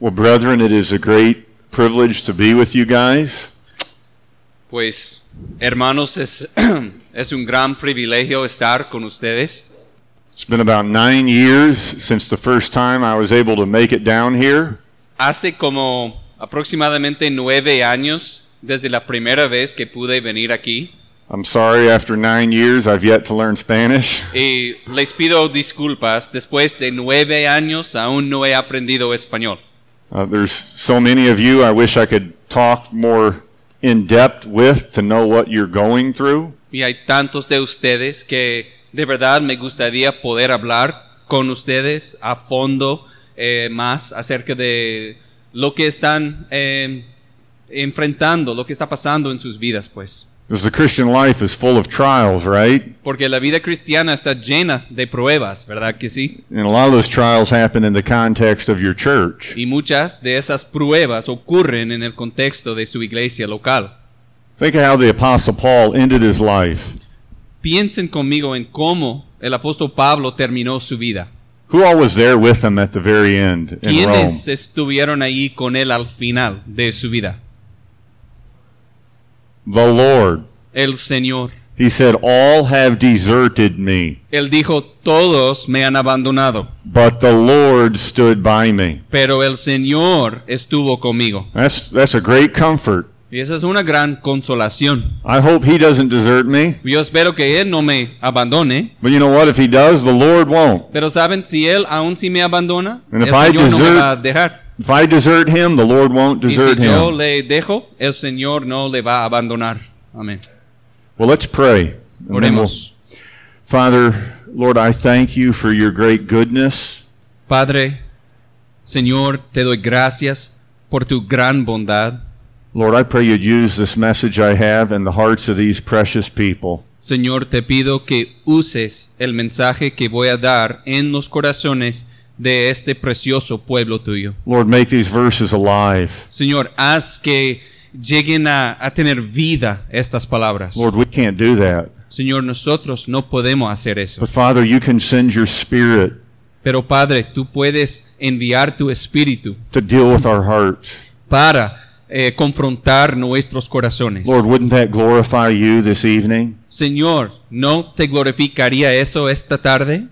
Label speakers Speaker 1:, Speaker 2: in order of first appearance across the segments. Speaker 1: Well, brethren, it is a great privilege to be with you guys.
Speaker 2: Pues, hermanos, es, es un gran privilegio estar con ustedes.
Speaker 1: It's been about nine years since the first time I was able to make it down here.
Speaker 2: Hace como aproximadamente nueve años desde la primera vez que pude venir aquí
Speaker 1: I'm sorry, after nine years, I've yet to learn Spanish.
Speaker 2: y les pido disculpas. Después de nueve años aún no he aprendido español.
Speaker 1: Uh, there's so many of you I wish I could talk more in depth with to know what you're going through.
Speaker 2: Y hay tantos de ustedes que de verdad me gustaría poder hablar con ustedes a fondo eh, más acerca de lo que están eh, enfrentando, lo que está pasando en sus vidas, pues.
Speaker 1: Because the Christian life is full of trials, right?
Speaker 2: Porque la vida cristiana está llena de pruebas, ¿verdad que sí?
Speaker 1: And a lot of those trials happen in the context of your church.
Speaker 2: Y muchas de esas pruebas ocurren en el contexto de su iglesia local.
Speaker 1: Think of how the Apostle Paul ended his life.
Speaker 2: Piensen conmigo en cómo el apóstol Pablo terminó su vida.
Speaker 1: Who all was there with him at the very end in Rome?
Speaker 2: ¿Quiénes estuvieron ahí con él al final de su vida?
Speaker 1: The Lord.
Speaker 2: El Señor.
Speaker 1: He said, All have deserted me,
Speaker 2: Él dijo, todos me han abandonado,
Speaker 1: but the Lord stood by me.
Speaker 2: pero el Señor estuvo conmigo.
Speaker 1: That's, that's a great comfort.
Speaker 2: Y esa es una gran consolación.
Speaker 1: I hope he doesn't desert me.
Speaker 2: Yo espero que Él no me abandone,
Speaker 1: But you know what? If he does, the Lord won't.
Speaker 2: pero saben, si Él aún si me abandona,
Speaker 1: And
Speaker 2: el
Speaker 1: if I
Speaker 2: Señor no me
Speaker 1: desert-
Speaker 2: va a dejar.
Speaker 1: If I desert him, the Lord won't
Speaker 2: Y
Speaker 1: desert
Speaker 2: si yo
Speaker 1: him.
Speaker 2: le dejo, el Señor no le va a abandonar. Amén.
Speaker 1: Well, let's pray. And then we'll-
Speaker 2: Oremos.
Speaker 1: Father, Lord, I thank you for your great goodness.
Speaker 2: Padre, Señor, te doy gracias por tu gran bondad.
Speaker 1: Lord, I pray you'd use this message I have in the hearts of these precious people.
Speaker 2: Señor, te pido que uses el mensaje que voy a dar en los corazones de este precioso pueblo tuyo.
Speaker 1: Lord, make these verses alive.
Speaker 2: Señor, haz que lleguen a, a tener vida estas palabras.
Speaker 1: Lord, we can't do that.
Speaker 2: Señor, nosotros no podemos hacer eso.
Speaker 1: But Father, you can send your spirit
Speaker 2: Pero Padre, tú puedes enviar tu espíritu
Speaker 1: to deal with our hearts.
Speaker 2: para eh, confrontar nuestros corazones.
Speaker 1: Lord, wouldn't that glorify you this evening?
Speaker 2: Señor, ¿no te glorificaría eso esta tarde?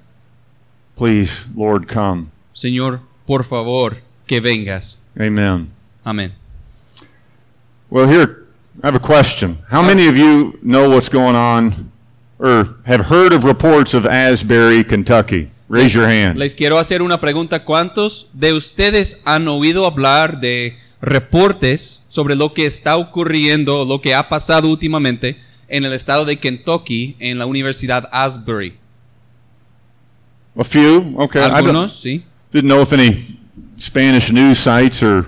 Speaker 1: Please, Lord, come.
Speaker 2: Señor, por favor, que vengas.
Speaker 1: Amen.
Speaker 2: Amén.
Speaker 1: Well, here, I have a question. How many of you know what's going on or have heard of reports of Asbury, Kentucky? Raise your hand.
Speaker 2: Les quiero hacer una pregunta. ¿Cuántos de ustedes han oído hablar de reportes sobre lo que está ocurriendo, lo que ha pasado últimamente en el estado de Kentucky, en la Universidad Asbury?
Speaker 1: A few? Okay. Eh, I don't-
Speaker 2: Algunos, sí.
Speaker 1: didn't know if any Spanish news sites are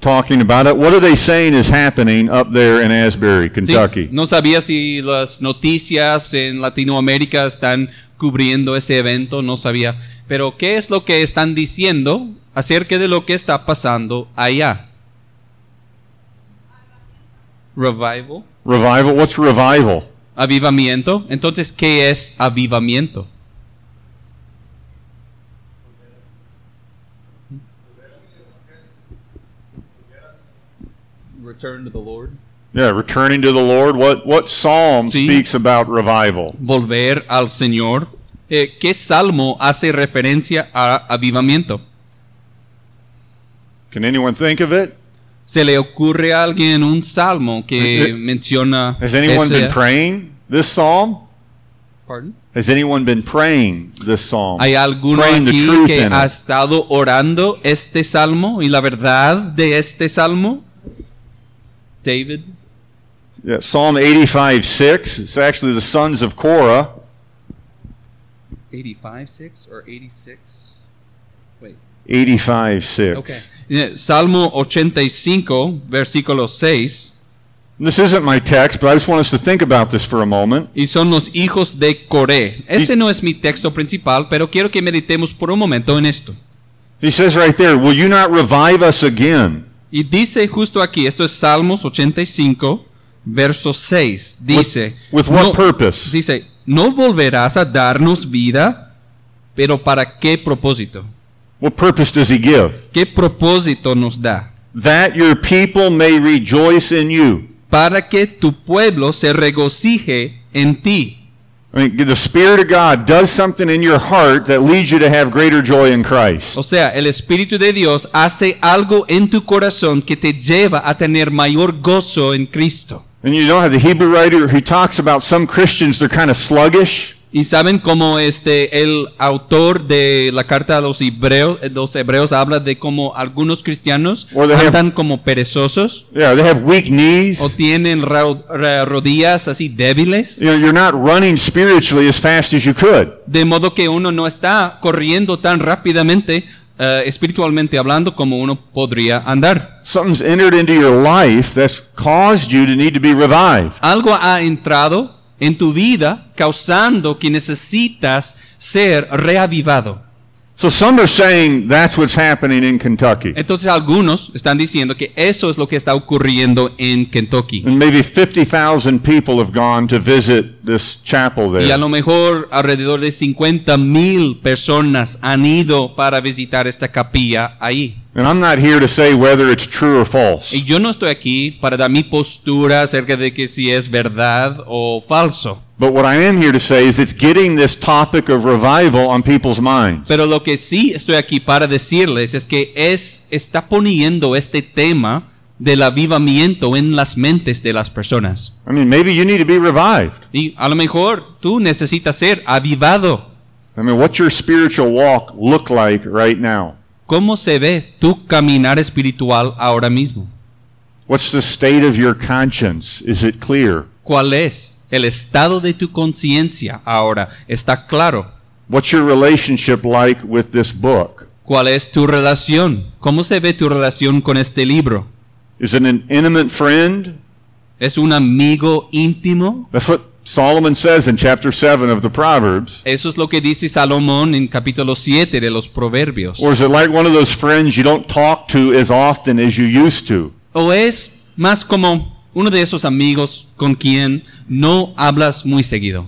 Speaker 1: talking about it. What are they saying is happening up there in Asbury,
Speaker 2: Sí,
Speaker 1: Kentucky?
Speaker 2: No sabía si las noticias en Latinoamérica están cubriendo ese evento, no sabía. Pero, ¿qué es lo que están diciendo acerca de lo que está pasando allá? Revival.
Speaker 1: Revival? What's revival?
Speaker 2: Avivamiento. Entonces, ¿qué es avivamiento? Return to the Lord.
Speaker 1: Yeah, returning to the Lord. What what psalm
Speaker 2: See?
Speaker 1: speaks about revival?
Speaker 2: Volver al Señor. Eh, ¿Qué salmo hace referencia a avivamiento?
Speaker 1: Can anyone think of it?
Speaker 2: ¿Se le ocurre a alguien un salmo que
Speaker 1: Eh,
Speaker 2: menciona?
Speaker 1: Has anyone
Speaker 2: ese-
Speaker 1: been praying this psalm?
Speaker 2: Pardon?
Speaker 1: Has anyone been praying this psalm?
Speaker 2: ¿Hay alguno
Speaker 1: Praying the
Speaker 2: aquí
Speaker 1: truth
Speaker 2: que
Speaker 1: in
Speaker 2: ha
Speaker 1: it.
Speaker 2: estado orando este salmo y la verdad de este salmo? David.
Speaker 1: Yeah, psalm 85 6. It's actually the sons of Korah.
Speaker 2: 85.6 or 86? Wait.
Speaker 1: 85 6.
Speaker 2: Okay. Eh, Salmo 85, versículo 6.
Speaker 1: This isn't my text, but I just want us to think about this for a moment.
Speaker 2: Y son los hijos de Coré. Este
Speaker 1: Y-
Speaker 2: no es mi texto principal, pero quiero que meditemos por un momento en esto.
Speaker 1: He says right there, Will you not revive us again?
Speaker 2: Y dice justo aquí, esto es Salmos 85, verso 6. Dice,
Speaker 1: With what
Speaker 2: "No-
Speaker 1: purpose?
Speaker 2: Dice, no volverás a darnos vida, pero ¿para qué propósito?
Speaker 1: What purpose does he give?
Speaker 2: ¿Qué propósito nos da?
Speaker 1: That your people may rejoice in you.
Speaker 2: Para que tu pueblo se regocije en ti.
Speaker 1: I mean, the Spirit of God does something in your heart that leads you to have greater joy in Christ.
Speaker 2: O sea, el Espíritu de Dios hace algo en tu corazón que te lleva a tener mayor gozo en Cristo.
Speaker 1: And you don't have the Hebrew writer who talks about some Christians, they're kind of sluggish.
Speaker 2: Y saben cómo este el autor de la carta a los hebreos, los hebreos habla de cómo algunos cristianos
Speaker 1: Or they have-
Speaker 2: andan como perezosos
Speaker 1: Yeah, they have weak knees.
Speaker 2: o tienen ra- ra- rodillas así débiles,
Speaker 1: You know, you're not running spiritually as fast as you could.
Speaker 2: de modo que uno no está corriendo tan rápidamente eh, espiritualmente hablando como uno podría andar.
Speaker 1: Something's entered into your life that's caused you to need to be revived.
Speaker 2: Algo ha entrado en tu vida causando que necesitas ser reavivado.
Speaker 1: So some are saying that's what's happening in Kentucky.
Speaker 2: Entonces algunos están diciendo que eso es lo que está ocurriendo en Kentucky.
Speaker 1: And maybe 50,000 people have gone to visit this chapel
Speaker 2: Y a
Speaker 1: there.
Speaker 2: lo mejor alrededor de 50 mil personas han ido para visitar esta capilla ahí.
Speaker 1: And I'm not here to say whether it's true or false.
Speaker 2: Y yo no estoy aquí para dar mi postura acerca de que si es verdad o falso.
Speaker 1: But what I am here to say is it's getting this topic of revival on people's minds.
Speaker 2: Pero lo que sí estoy aquí para decirles es que es, está poniendo este tema del avivamiento en las mentes de las personas.
Speaker 1: I mean, maybe you need to be revived.
Speaker 2: Y a lo mejor tú necesitas ser avivado.
Speaker 1: I mean, what's your spiritual walk look like right now?
Speaker 2: ¿Cómo se ve tu caminar espiritual ahora mismo?
Speaker 1: What's the state of your conscience? Is it clear?
Speaker 2: ¿Cuál es el estado de tu conciencia ahora? ¿Está claro?
Speaker 1: What's your relationship like with this book?
Speaker 2: ¿Cuál es tu relación? ¿Cómo se ve tu relación con este libro?
Speaker 1: Is it an intimate friend?
Speaker 2: ¿Es un amigo íntimo?
Speaker 1: That's what Solomon says in chapter 7 of the Proverbs.
Speaker 2: Eso es lo que dice Salomón en capítulo 7 de los Proverbios.
Speaker 1: Or is it like one of those friends you don't talk to as often as you used to?
Speaker 2: ¿O es más como uno de esos amigos con quien no hablas muy seguido?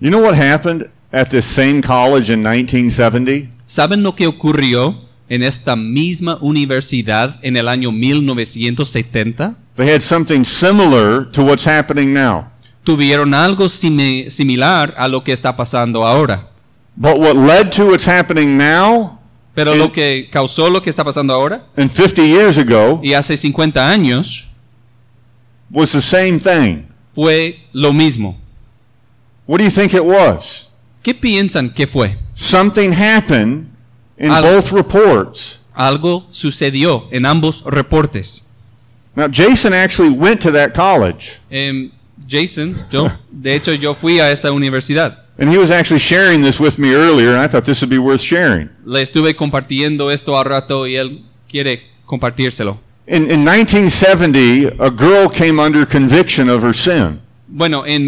Speaker 1: You know what happened at this same college in 1970?
Speaker 2: ¿Saben lo que ocurrió en esta misma universidad en el año 1970?
Speaker 1: They had something similar to what's happening now.
Speaker 2: tuvieron algo simi- similar a lo que está pasando ahora.
Speaker 1: But what led to what's happening now
Speaker 2: Pero
Speaker 1: Sí.
Speaker 2: lo que causó lo que está pasando ahora
Speaker 1: and 50 years ago
Speaker 2: y hace 50 años
Speaker 1: was the same thing.
Speaker 2: fue lo mismo.
Speaker 1: What do you think it was?
Speaker 2: ¿Qué piensan que fue?
Speaker 1: Something happened in
Speaker 2: Al-
Speaker 1: both reports.
Speaker 2: Algo sucedió en ambos reportes.
Speaker 1: Now, Jason actually went to that college,
Speaker 2: Em, Jason, yo, de hecho yo fui a esta universidad.
Speaker 1: and he was actually sharing this with me earlier, and I thought this would be worth sharing.
Speaker 2: Le estuve compartiendo esto al rato y él quiere compartírselo.
Speaker 1: In, in 1970, a girl came under conviction of her sin.
Speaker 2: Bueno, en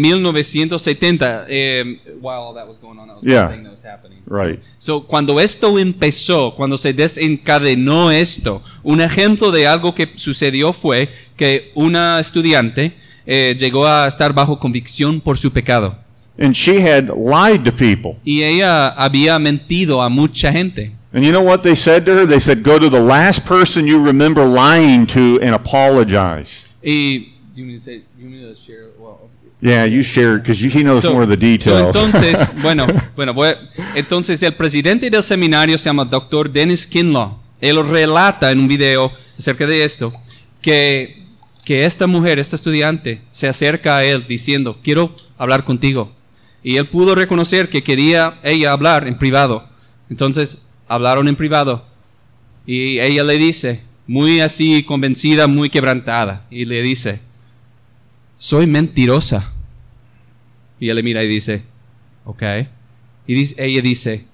Speaker 2: 1970, em, while all that was going on, that was one
Speaker 1: Yeah.
Speaker 2: thing that was hhappening.
Speaker 1: Right.
Speaker 2: So, cuando esto empezó, cuando se desencadenó esto, un ejemplo de algo que sucedió fue que una estudiante eh, llegó a estar bajo convicción por su pecado.
Speaker 1: And she had lied to people.
Speaker 2: Y ella había mentido a mucha gente.
Speaker 1: And you know what they said to her? They said, go to the last person you remember lying to and apologize.
Speaker 2: Y. you mean to say- you mean to share- well,
Speaker 1: Yeah, you shared because he knows
Speaker 2: so-
Speaker 1: more of the
Speaker 2: so
Speaker 1: details.
Speaker 2: entonces, bueno, bueno, voy a- entonces el presidente del seminario se llama Dr. Dennis Kinlaw. Él relata en un video acerca de esto que, que esta mujer, esta estudiante, se acerca a él diciendo, quiero hablar contigo. Y él pudo reconocer que quería ella hablar en privado. Entonces hablaron en privado. Y ella le dice, muy así convencida, muy quebrantada, y le dice, soy mentirosa. Y él le mira y dice, ok. Y dice- ella dice,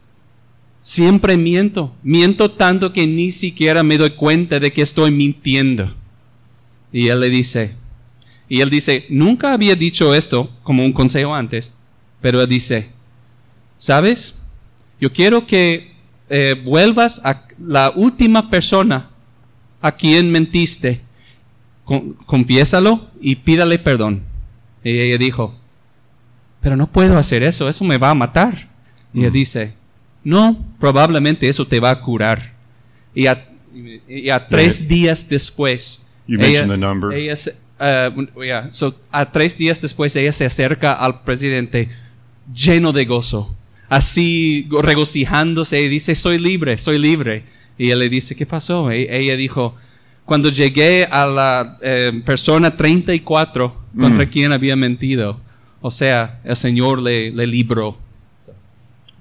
Speaker 2: siempre miento, miento tanto que ni siquiera me doy cuenta de que estoy mintiendo. Y él le dice, y él dice, nunca había dicho esto como un consejo antes, pero él dice, ¿sabes? Yo quiero que eh, vuelvas a la última persona a quien mentiste. Con- confiésalo y pídale perdón. Y ella dijo, pero no puedo hacer eso, eso me va a matar. Y ella dice, No, probablemente eso te va a curar. Y a, y a tres días después,
Speaker 1: You mentioned the number.
Speaker 2: ella se- ah, un- yeah. So, a tres días después ella se acerca al presidente lleno de gozo, así go- regocijándose y dice, soy libre, soy libre. Y él le dice, ¿qué pasó? E- ella dijo, cuando llegué a la eh, persona 34 contra
Speaker 1: Mm.
Speaker 2: quien había mentido, o sea, el Señor le, le libró.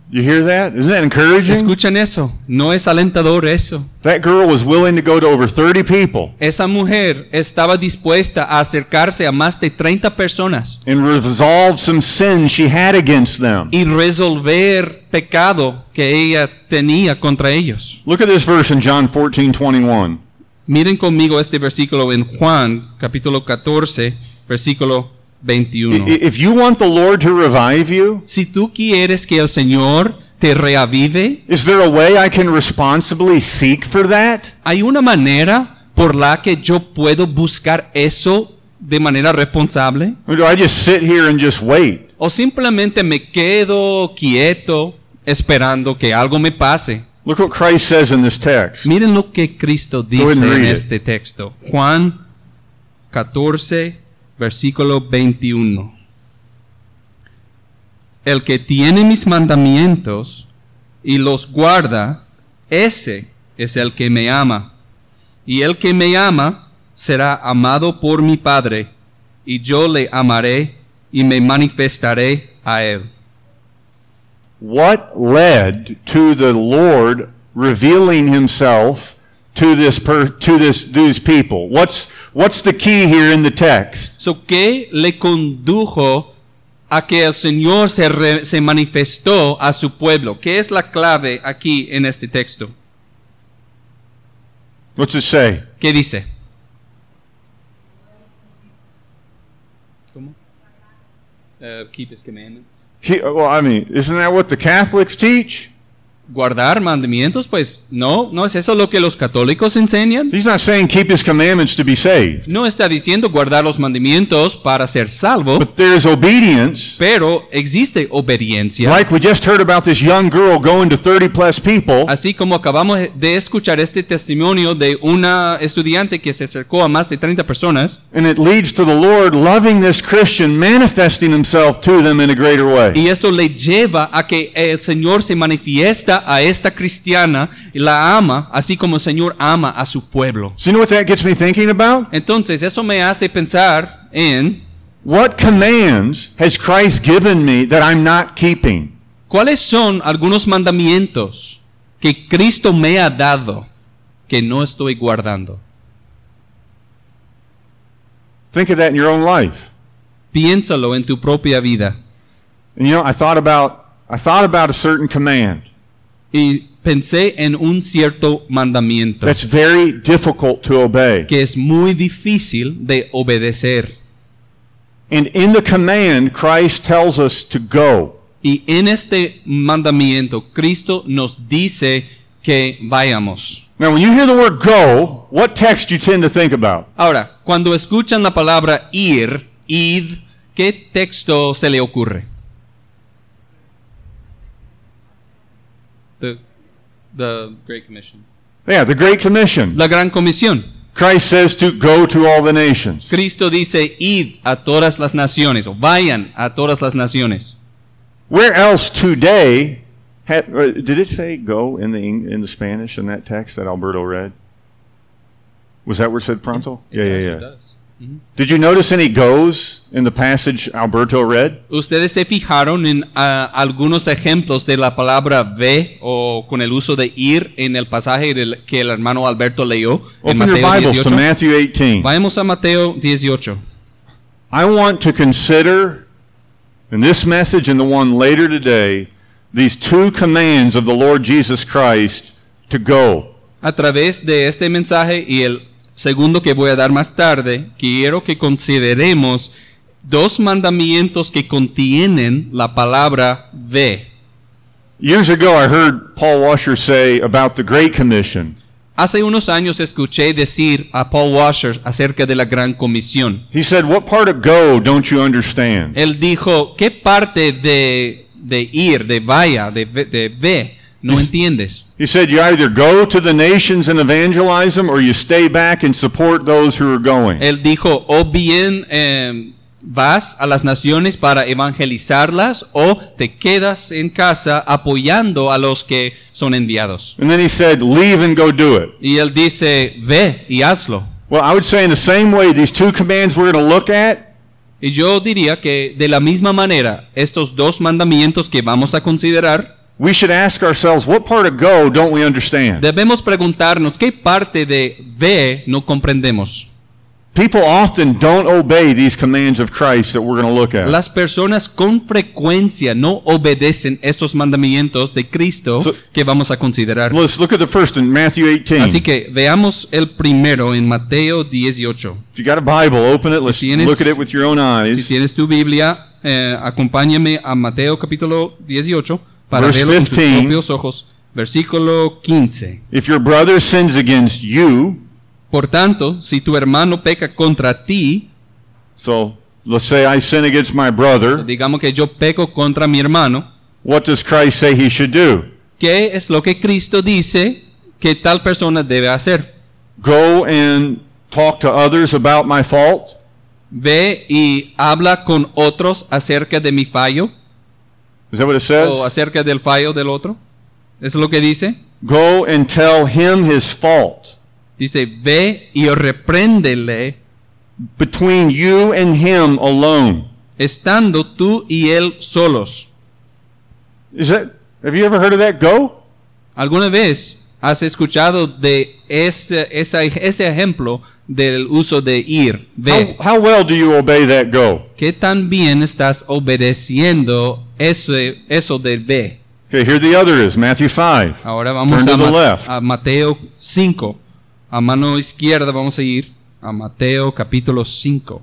Speaker 1: You hear that? Isn't that encouraging?
Speaker 2: Escuchen eso, no es alentador eso.
Speaker 1: That girl was willing to go to over 30 people
Speaker 2: Esa mujer estaba dispuesta a acercarse a más de 30 personas
Speaker 1: and resolve some sin she had against them.
Speaker 2: y resolver pecado que ella tenía contra ellos.
Speaker 1: Look at this verse in John 14 21.
Speaker 2: Miren conmigo este versículo en Juan, capítulo 14, versículo
Speaker 1: I-
Speaker 2: 21.
Speaker 1: i- If you want the Lord to revive you,
Speaker 2: Si tú quieres que el Señor te reavive,
Speaker 1: is there a way I can responsibly seek for that?
Speaker 2: ¿hay una manera por la que yo puedo buscar eso de manera responsable?
Speaker 1: Or do I just sit here and just wait?
Speaker 2: ¿O simplemente me quedo quieto esperando que algo me pase?
Speaker 1: Look what Christ says in this text.
Speaker 2: Miren lo que Cristo dice
Speaker 1: ahead and
Speaker 2: en
Speaker 1: read it.
Speaker 2: este texto. Juan 14, versículo 21. El que tiene mis mandamientos y los guarda, ese es el que me ama. Y el que me ama será amado por mi Padre, y yo le amaré y me manifestaré a él.
Speaker 1: What led to the Lord revealing himself to this per, to this these people? What's what's the key here in the text?
Speaker 2: So, ¿Qué le condujo a que el Señor se, re- se manifestó a su pueblo? ¿Qué es la clave aquí en este texto?
Speaker 1: What's it say?
Speaker 2: ¿Qué dice? ¿Cómo? Eh, keep his commandments.
Speaker 1: He, well, I mean, isn't that what the Catholics teach?
Speaker 2: Guardar mandamientos, pues no, no es eso lo que los católicos enseñan.
Speaker 1: He's not saying keep his commandments to be saved,
Speaker 2: No está diciendo guardar los mandamientos para ser salvo,
Speaker 1: but there's obedience.
Speaker 2: pero existe obediencia.
Speaker 1: Like we just heard about this young girl going to 30 plus people,
Speaker 2: Así como acabamos de escuchar este testimonio de una estudiante que se acercó a más de 30 personas
Speaker 1: and it leads to the Lord loving this Christian, manifesting himself to them in a greater way.
Speaker 2: y esto le lleva a que el Señor se manifiesta a esta cristiana y la ama, así como el Señor ama a su pueblo.
Speaker 1: So, you know what that gets me thinking about?
Speaker 2: Entonces eso me hace pensar en
Speaker 1: What commands has Christ given me that I'm not keeping?
Speaker 2: cuáles son algunos mandamientos que Cristo me ha dado que no estoy guardando.
Speaker 1: Think of that in your own life.
Speaker 2: Piénsalo en tu propia vida
Speaker 1: And you know, I thought about I thought about a certain command
Speaker 2: y pensé en un cierto mandamiento.
Speaker 1: that's very difficult to obey.
Speaker 2: que es muy difícil de obedecer.
Speaker 1: And in the command, Christ tells us to go.
Speaker 2: Y en este mandamiento, Cristo nos dice que vayamos.
Speaker 1: Now, when you hear the word go, what text you tend to think about?
Speaker 2: Ahora, cuando escuchan la palabra ir, id, ¿qué texto se le ocurre? The, Great Commission.
Speaker 1: Yeah, the Great Commission.
Speaker 2: La Gran Comisión.
Speaker 1: Christ says to go to all the nations.
Speaker 2: Cristo dice, id a todas las naciones, o vayan a todas las naciones.
Speaker 1: Where else today had, or did it say go in the Eng- in the Spanish in that text that Alberto read? Was that where it said pronto? Yeah, yeah, yeah. Did you notice any goes in the passage Alberto read?
Speaker 2: ¿Ustedes se fijaron en ah, algunos ejemplos de la palabra ve o con el uso de ir en el pasaje del- que el hermano Alberto leyó en
Speaker 1: Open your
Speaker 2: Mateo
Speaker 1: Bibles to
Speaker 2: 18?
Speaker 1: Matthew 18.
Speaker 2: Vayamos a Mateo 18.
Speaker 1: I want to consider in this message and the one later today these two commands of the Lord Jesus Christ to go.
Speaker 2: A través de este mensaje y el segundo que voy a dar más tarde, quiero que consideremos dos mandamientos que contienen la palabra ve.
Speaker 1: Years ago, I heard Paul Washer say about the Great Commission.
Speaker 2: Hace unos años escuché decir a Paul Washer acerca de la gran comisión.
Speaker 1: He said, What part of go don't you understand?
Speaker 2: Él dijo, ¿qué parte de, de ir, de vaya, de, ve- de ve, No entiendes.
Speaker 1: He said, You either go to the nations and evangelize them, or you stay back and support those who are going.
Speaker 2: Él dijo, o bien eh, vas a las naciones para evangelizarlas, o te quedas en casa apoyando a los que son enviados.
Speaker 1: And then he said, Leave and go do it.
Speaker 2: Y él dice, ve y hazlo.
Speaker 1: Well, I would say, in the same way, these two commands we're going to look at
Speaker 2: Y yo diría que de la misma manera, estos dos mandamientos que vamos a considerar,
Speaker 1: we should ask ourselves, what part of go don't we understand?
Speaker 2: debemos preguntarnos qué parte de ve no comprendemos.
Speaker 1: People often don't obey these commands of Christ that we're going to look at.
Speaker 2: Las personas con frecuencia no obedecen estos mandamientos de Cristo
Speaker 1: So-
Speaker 2: que vamos a considerar.
Speaker 1: Let's look at the first in Matthew 18.
Speaker 2: Así que veamos el primero en Mateo 18.
Speaker 1: if you got a Bible, open it. Let's
Speaker 2: tienes-
Speaker 1: look at it with your own
Speaker 2: Si
Speaker 1: eyes.
Speaker 2: tienes tu Biblia, eh, acompáñame a Mateo capítulo 18 para
Speaker 1: Verse
Speaker 2: verlo con tus
Speaker 1: 15.
Speaker 2: propios ojos. Versículo 15.
Speaker 1: If your brother sins against you,
Speaker 2: Por tanto, si tu hermano peca contra ti,
Speaker 1: so let's say I sin against my brother,
Speaker 2: digamos que yo peco contra mi hermano,
Speaker 1: what does Christ say he should do?
Speaker 2: ¿qué es lo que Cristo dice que tal persona debe hacer?
Speaker 1: Go and talk to others about my fault?
Speaker 2: Ve y habla con otros acerca de mi fallo
Speaker 1: Is that what it
Speaker 2: o
Speaker 1: says?
Speaker 2: acerca del fallo del otro. ¿Es lo que dice?
Speaker 1: Go and tell him his fault.
Speaker 2: Dice, ve y repréndele
Speaker 1: Between you and him alone.
Speaker 2: estando tú y él solos.
Speaker 1: Is that have you ever heard of that? Go?
Speaker 2: ¿Alguna vez has escuchado de ese, esa- ese ejemplo del uso de ir? Ve.
Speaker 1: How, how well do you obey that go?
Speaker 2: ¿Qué tan bien estás obedeciendo ese, eso de ve?
Speaker 1: Okay, here the other is Matthew 5.
Speaker 2: Ahora vamos
Speaker 1: Turn to
Speaker 2: a,
Speaker 1: the
Speaker 2: Ma-
Speaker 1: left.
Speaker 2: a Mateo 5. A mano izquierda vamos a ir a Mateo capítulo 5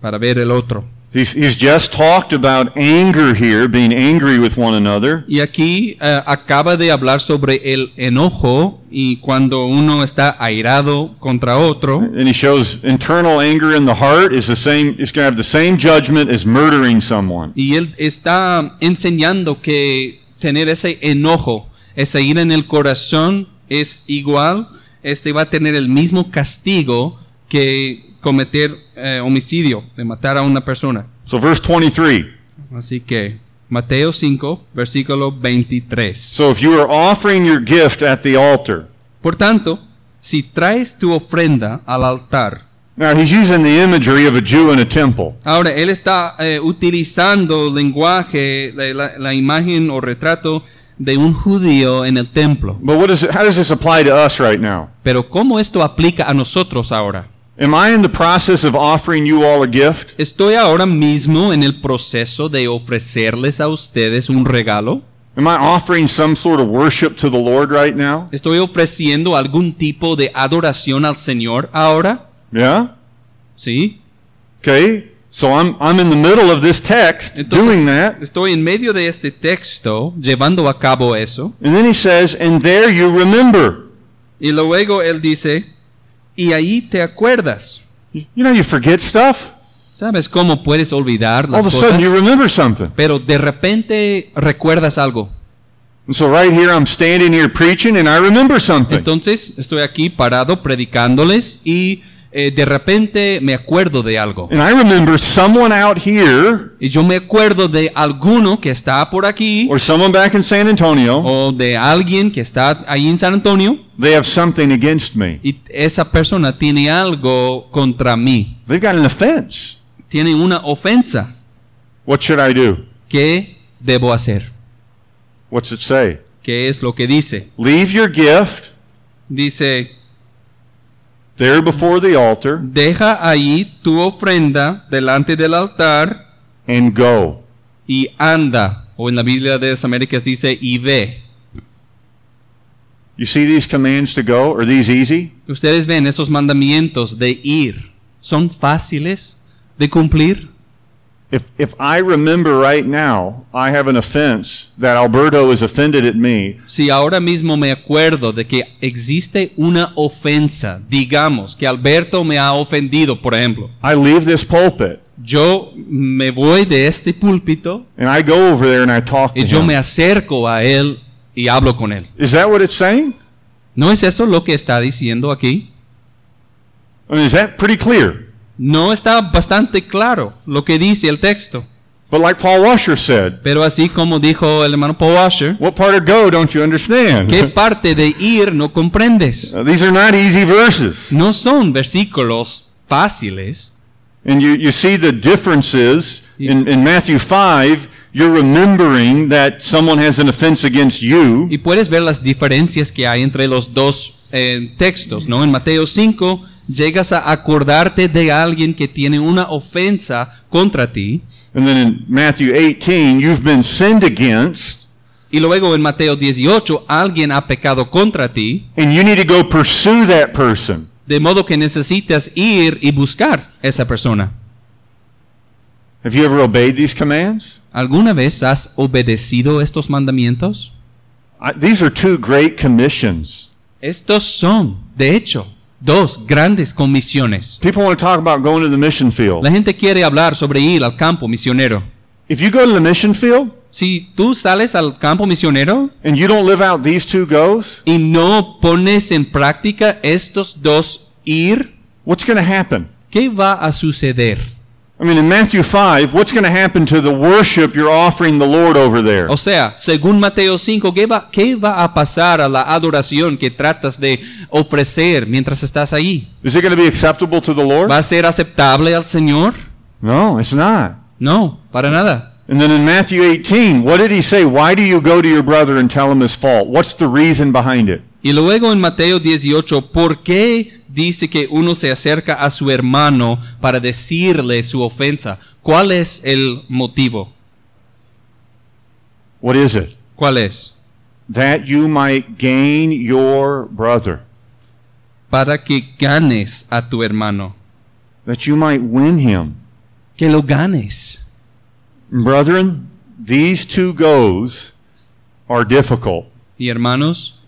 Speaker 2: para ver el otro.
Speaker 1: He's, he's just talked about anger here, being angry with one another.
Speaker 2: Y aquí eh, acaba de hablar sobre el enojo y cuando uno está airado contra otro.
Speaker 1: And he shows internal anger in the heart is the same, it's going to have the same judgment as murdering someone.
Speaker 2: Y él está enseñando que tener ese enojo, esa ira en el corazón es igual, este va a tener el mismo castigo que cometer eh, homicidio, de matar a una persona.
Speaker 1: So, verse 23.
Speaker 2: Así que Mateo 5, versículo 23.
Speaker 1: So, if you are offering your gift at the altar,
Speaker 2: Por tanto, si traes tu ofrenda al altar,
Speaker 1: now he's using the imagery of a Jew in a temple.
Speaker 2: Ahora, él está eh, utilizando lenguaje, la, la- la imagen o retrato de un judío en el templo.
Speaker 1: But what is it, how does this apply to us right now?
Speaker 2: Pero ¿cómo esto aplica a nosotros ahora?
Speaker 1: Am I in the process of offering you all a gift?
Speaker 2: ¿Estoy ahora mismo en el proceso de ofrecerles a ustedes un regalo?
Speaker 1: Am I offering some sort of worship to the Lord right now?
Speaker 2: ¿Estoy ofreciendo algún tipo de adoración al Señor ahora?
Speaker 1: Yeah?
Speaker 2: ¿Sí?
Speaker 1: Okay? So I'm, I'm in the middle of this text doing that.
Speaker 2: estoy en medio de este texto llevando a cabo eso.
Speaker 1: And then he says, and there you remember.
Speaker 2: Y luego él dice, y ahí te acuerdas.
Speaker 1: You you know, you forget stuff.
Speaker 2: ¿Sabes cómo puedes olvidar
Speaker 1: All
Speaker 2: las
Speaker 1: of a
Speaker 2: cosas?
Speaker 1: sudden you remember something.
Speaker 2: Pero de repente recuerdas algo.
Speaker 1: And so right here I'm standing here preaching and I remember something.
Speaker 2: Entonces estoy aquí parado predicándoles y eh, de repente me acuerdo de algo.
Speaker 1: And I remember someone out here
Speaker 2: Y yo me acuerdo de alguno que está por aquí
Speaker 1: or someone back in San Antonio,
Speaker 2: o de alguien que está ahí en San Antonio
Speaker 1: they have something against me.
Speaker 2: y esa persona tiene algo contra mí.
Speaker 1: They've got an offense.
Speaker 2: Tiene una ofensa.
Speaker 1: What should I do?
Speaker 2: ¿Qué debo hacer?
Speaker 1: What's it say?
Speaker 2: ¿Qué es lo que dice?
Speaker 1: Leave your gift
Speaker 2: Dice,
Speaker 1: there before the altar
Speaker 2: deja ahí tu ofrenda delante del altar
Speaker 1: and go.
Speaker 2: y anda. O en la Biblia de las Américas dice y ve.
Speaker 1: You see these commands to go? Are these easy?
Speaker 2: Ustedes ven esos mandamientos de ir. ¿Son fáciles de cumplir?
Speaker 1: If, if I remember right now, I have an offense that Alberto is offended at me.
Speaker 2: Si ahora mismo me acuerdo de que existe una ofensa, digamos que Alberto me ha ofendido, por ejemplo,
Speaker 1: I leave this pulpit
Speaker 2: yo me voy de este púlpito
Speaker 1: and I go over there and I talk
Speaker 2: y
Speaker 1: to
Speaker 2: yo
Speaker 1: him.
Speaker 2: me acerco a él y hablo con él.
Speaker 1: Is that what it's saying?
Speaker 2: ¿No es eso lo que está diciendo aquí?
Speaker 1: I mean, is that pretty clear?
Speaker 2: No está bastante claro lo que dice el texto.
Speaker 1: But like Paul Washer said,
Speaker 2: Pero así como dijo el hermano Paul Washer,
Speaker 1: what part of go don't you understand?
Speaker 2: ¿qué parte de ir no comprendes?
Speaker 1: Uh, These are not easy verses.
Speaker 2: No son versículos fáciles.
Speaker 1: And you, you see the differences in, in Matthew 5. You're remembering that someone has an offense against you.
Speaker 2: Y puedes ver las diferencias que hay entre los dos eh, textos, ¿no? En Mateo 5 llegas a acordarte de alguien que tiene una ofensa contra ti.
Speaker 1: And then in Matthew 18, you've been sinned against,
Speaker 2: Y luego en Mateo 18 alguien ha pecado contra ti,
Speaker 1: and you need to go pursue that person.
Speaker 2: de modo que necesitas ir y buscar esa persona.
Speaker 1: Have you ever obeyed these commands?
Speaker 2: ¿Alguna vez has obedecido estos mandamientos?
Speaker 1: I, these are two great commissions.
Speaker 2: Estos son, de hecho, dos grandes comisiones.
Speaker 1: People want to talk about going to the mission field.
Speaker 2: La gente quiere hablar sobre ir al campo misionero.
Speaker 1: If you go to the mission field
Speaker 2: Si tú sales al campo misionero
Speaker 1: and you don't live out these two goes,
Speaker 2: y no pones en práctica estos dos ir,
Speaker 1: what's going to happen?
Speaker 2: ¿qué va a suceder?
Speaker 1: I mean, in Matthew 5, what's going to happen to the worship you're offering the Lord over there?
Speaker 2: O sea, según Mateo 5, ¿qué va, qué va a pasar a la adoración que tratas de ofrecer mientras estás ahí?
Speaker 1: Is it going to be acceptable to the Lord?
Speaker 2: ¿Va a ser aceptable al Señor?
Speaker 1: No, it's not.
Speaker 2: No, para nada.
Speaker 1: And then in Matthew 18, what did he say? Why do you go to your brother and tell him his fault? What's the reason behind it?
Speaker 2: Y luego en Mateo 18, ¿por qué dice que uno se acerca a su hermano para decirle su ofensa? ¿Cuál es el motivo?
Speaker 1: What is it?
Speaker 2: ¿Cuál es?
Speaker 1: That you might gain your brother,
Speaker 2: Para que ganes a tu hermano.
Speaker 1: that you might win him.
Speaker 2: Que lo ganes.
Speaker 1: And brethren, these two goes are difficult.
Speaker 2: Y hermanos,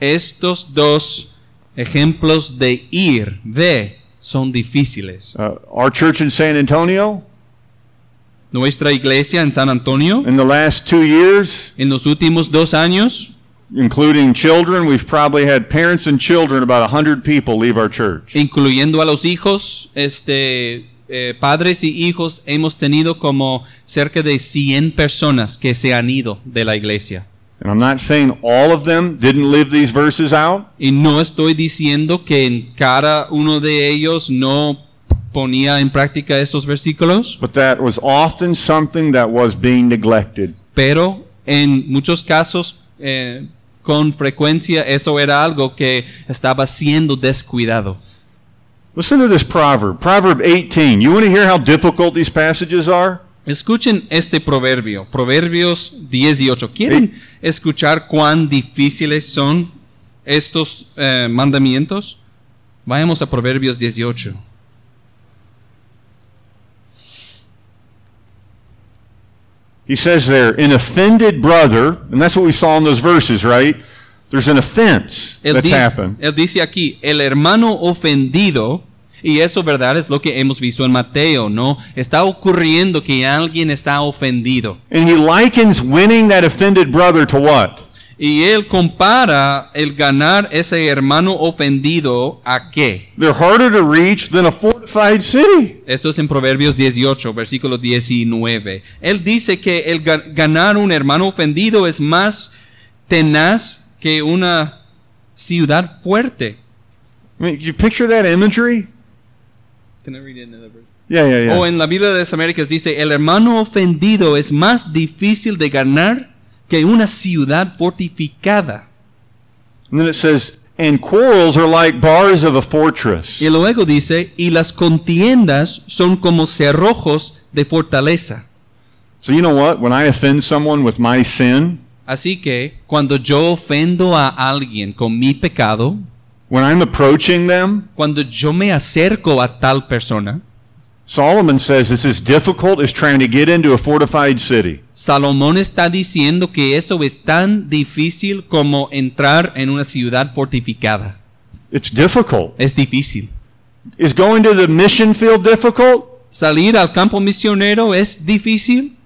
Speaker 2: estos dos ejemplos de ir, ve, son difíciles.
Speaker 1: Uh, our church in San Antonio,
Speaker 2: Nuestra iglesia en San Antonio,
Speaker 1: in the last two years,
Speaker 2: en los últimos dos años,
Speaker 1: including children, we've probably had parents and children, about 100 people leave our church.
Speaker 2: incluyendo a los hijos, este, eh, padres y hijos, hemos tenido como cerca de 100 personas que se han ido de la iglesia.
Speaker 1: And I'm not saying all of them didn't live these verses out.
Speaker 2: Y no estoy diciendo que en cada uno de ellos no ponía en práctica estos versículos,
Speaker 1: But that was often something that was being neglected.
Speaker 2: pero en muchos casos, eh, con frecuencia, eso era algo que estaba siendo descuidado.
Speaker 1: Listen to this proverb, Proverb 18. You want to hear how difficult these passages are?
Speaker 2: Escuchen este proverbio, Proverbios 18. ¿Quieren escuchar cuán difíciles son estos eh, mandamientos? Vayamos a Proverbios 18.
Speaker 1: He says there, an offended brother, and that's what we saw in those verses, right? There's an offense
Speaker 2: Él,
Speaker 1: that's
Speaker 2: di-
Speaker 1: happened.
Speaker 2: él dice aquí, el hermano ofendido, y eso verdad es lo que hemos visto en Mateo, ¿no? Está ocurriendo que alguien está ofendido.
Speaker 1: And he likens winning that offended brother to what?
Speaker 2: Y él compara el ganar ese hermano ofendido a qué?
Speaker 1: They're harder to reach than a fortified city.
Speaker 2: Esto es en Proverbios 18, versículo 19. Él dice que el ga- ganar un hermano ofendido es más tenaz que una ciudad fuerte.
Speaker 1: I mean, you picture that imagery?
Speaker 2: Can I read it in another verse?
Speaker 1: Yeah, yeah, yeah.
Speaker 2: O en la vida de las Américas dice, el hermano ofendido es más difícil de ganar que una ciudad fortificada.
Speaker 1: and then it says, and quarrels are like bars of a fortress.
Speaker 2: Y luego dice, y las contiendas son como cerrojos de fortaleza.
Speaker 1: So you know what? When I offend someone with my sin,
Speaker 2: Así que cuando yo ofendo a alguien con mi pecado,
Speaker 1: when I'm approaching them,
Speaker 2: cuando yo me acerco a tal persona,
Speaker 1: Solomon says it's as difficult as trying to get into a fortified city.
Speaker 2: Salomón está diciendo que eso es tan difícil como entrar en una ciudad fortificada.
Speaker 1: It's difficult.
Speaker 2: Es difícil.
Speaker 1: Is going to the mission field difficult?
Speaker 2: Salir al campo misionero es difícil.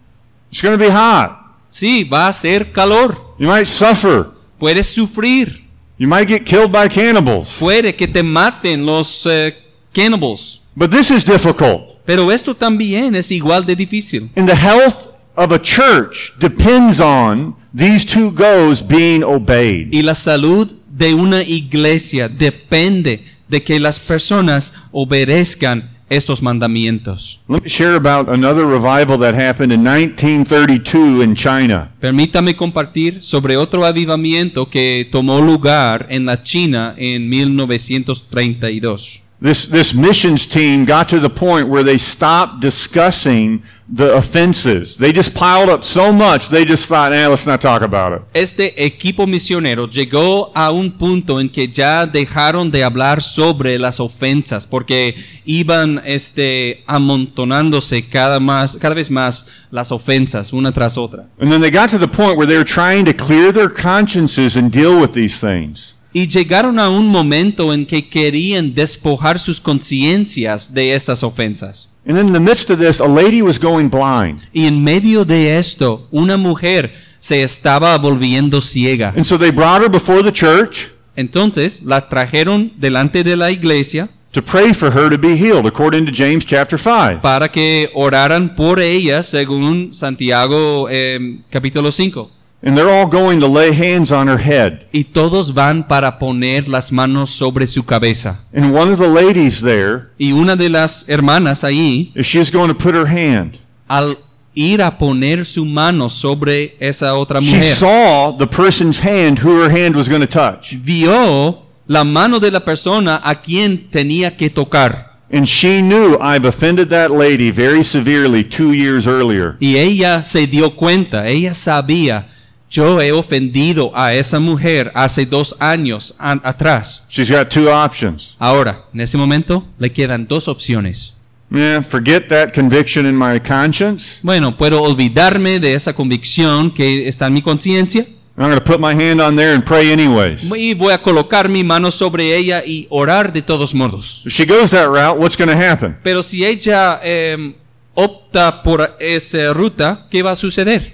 Speaker 1: It's going to be hot.
Speaker 2: Sí, va a ser calor.
Speaker 1: You might suffer.
Speaker 2: Puedes sufrir.
Speaker 1: You might get killed by cannibals.
Speaker 2: Puede que te maten los eh, cannibals.
Speaker 1: But this is difficult.
Speaker 2: Pero esto también es igual de difícil.
Speaker 1: And the health of a church depends on these two goes being obeyed.
Speaker 2: Y la salud de una iglesia depende de que las personas obedezcan estos mandamientos.
Speaker 1: Let me share about another revival that happened in 1932 in China.
Speaker 2: Permítame compartir sobre otro avivamiento que tomó lugar en la China en 1932.
Speaker 1: This, this missions team got to the point where they stopped discussing the offenses. They just piled up so much, they just thought, eh, let's not talk about it.
Speaker 2: Este equipo misionero llegó a un punto en que ya dejaron de hablar sobre las ofensas porque iban este, amontonándose cada, más, cada vez más las ofensas una tras otra.
Speaker 1: And then they got to the point where they were trying to clear their consciences and deal with these things.
Speaker 2: Y llegaron a un momento en que querían despojar sus conciencias de estas ofensas.
Speaker 1: And then in the midst of this, a lady was going blind.
Speaker 2: Y en medio de esto, una mujer se estaba volviendo ciega.
Speaker 1: And so they brought her before the church
Speaker 2: Entonces la trajeron delante de la iglesia
Speaker 1: to pray for her to be healed, according to James chapter 5.
Speaker 2: para que oraran por ella según Santiago eh, capítulo 5.
Speaker 1: And they're all going to lay hands on her head.
Speaker 2: Y todos van para poner las manos sobre su cabeza.
Speaker 1: And one of the ladies there
Speaker 2: Y una de las hermanas ahí,
Speaker 1: is she's going to put her hand.
Speaker 2: al ir a poner su mano sobre esa otra
Speaker 1: She
Speaker 2: mujer,
Speaker 1: saw the person's hand who her hand was going to touch.
Speaker 2: vio la mano de la persona a quien tenía que tocar.
Speaker 1: And she knew I've offended that lady very severely two years earlier.
Speaker 2: Y ella se dio cuenta, ella sabía, yo he ofendido a esa mujer hace dos años an- atrás.
Speaker 1: She's got two options.
Speaker 2: Ahora, en ese momento, le quedan dos opciones.
Speaker 1: Yeah, forget that conviction in my conscience.
Speaker 2: Bueno, puedo olvidarme de esa convicción que está en mi conciencia
Speaker 1: I'm going to put my hand on there and pray anyways.
Speaker 2: y voy a colocar mi mano sobre ella y orar de todos modos.
Speaker 1: If she goes that route, what's going to happen?
Speaker 2: Pero si ella em, opta por esa ruta, ¿qué va a suceder?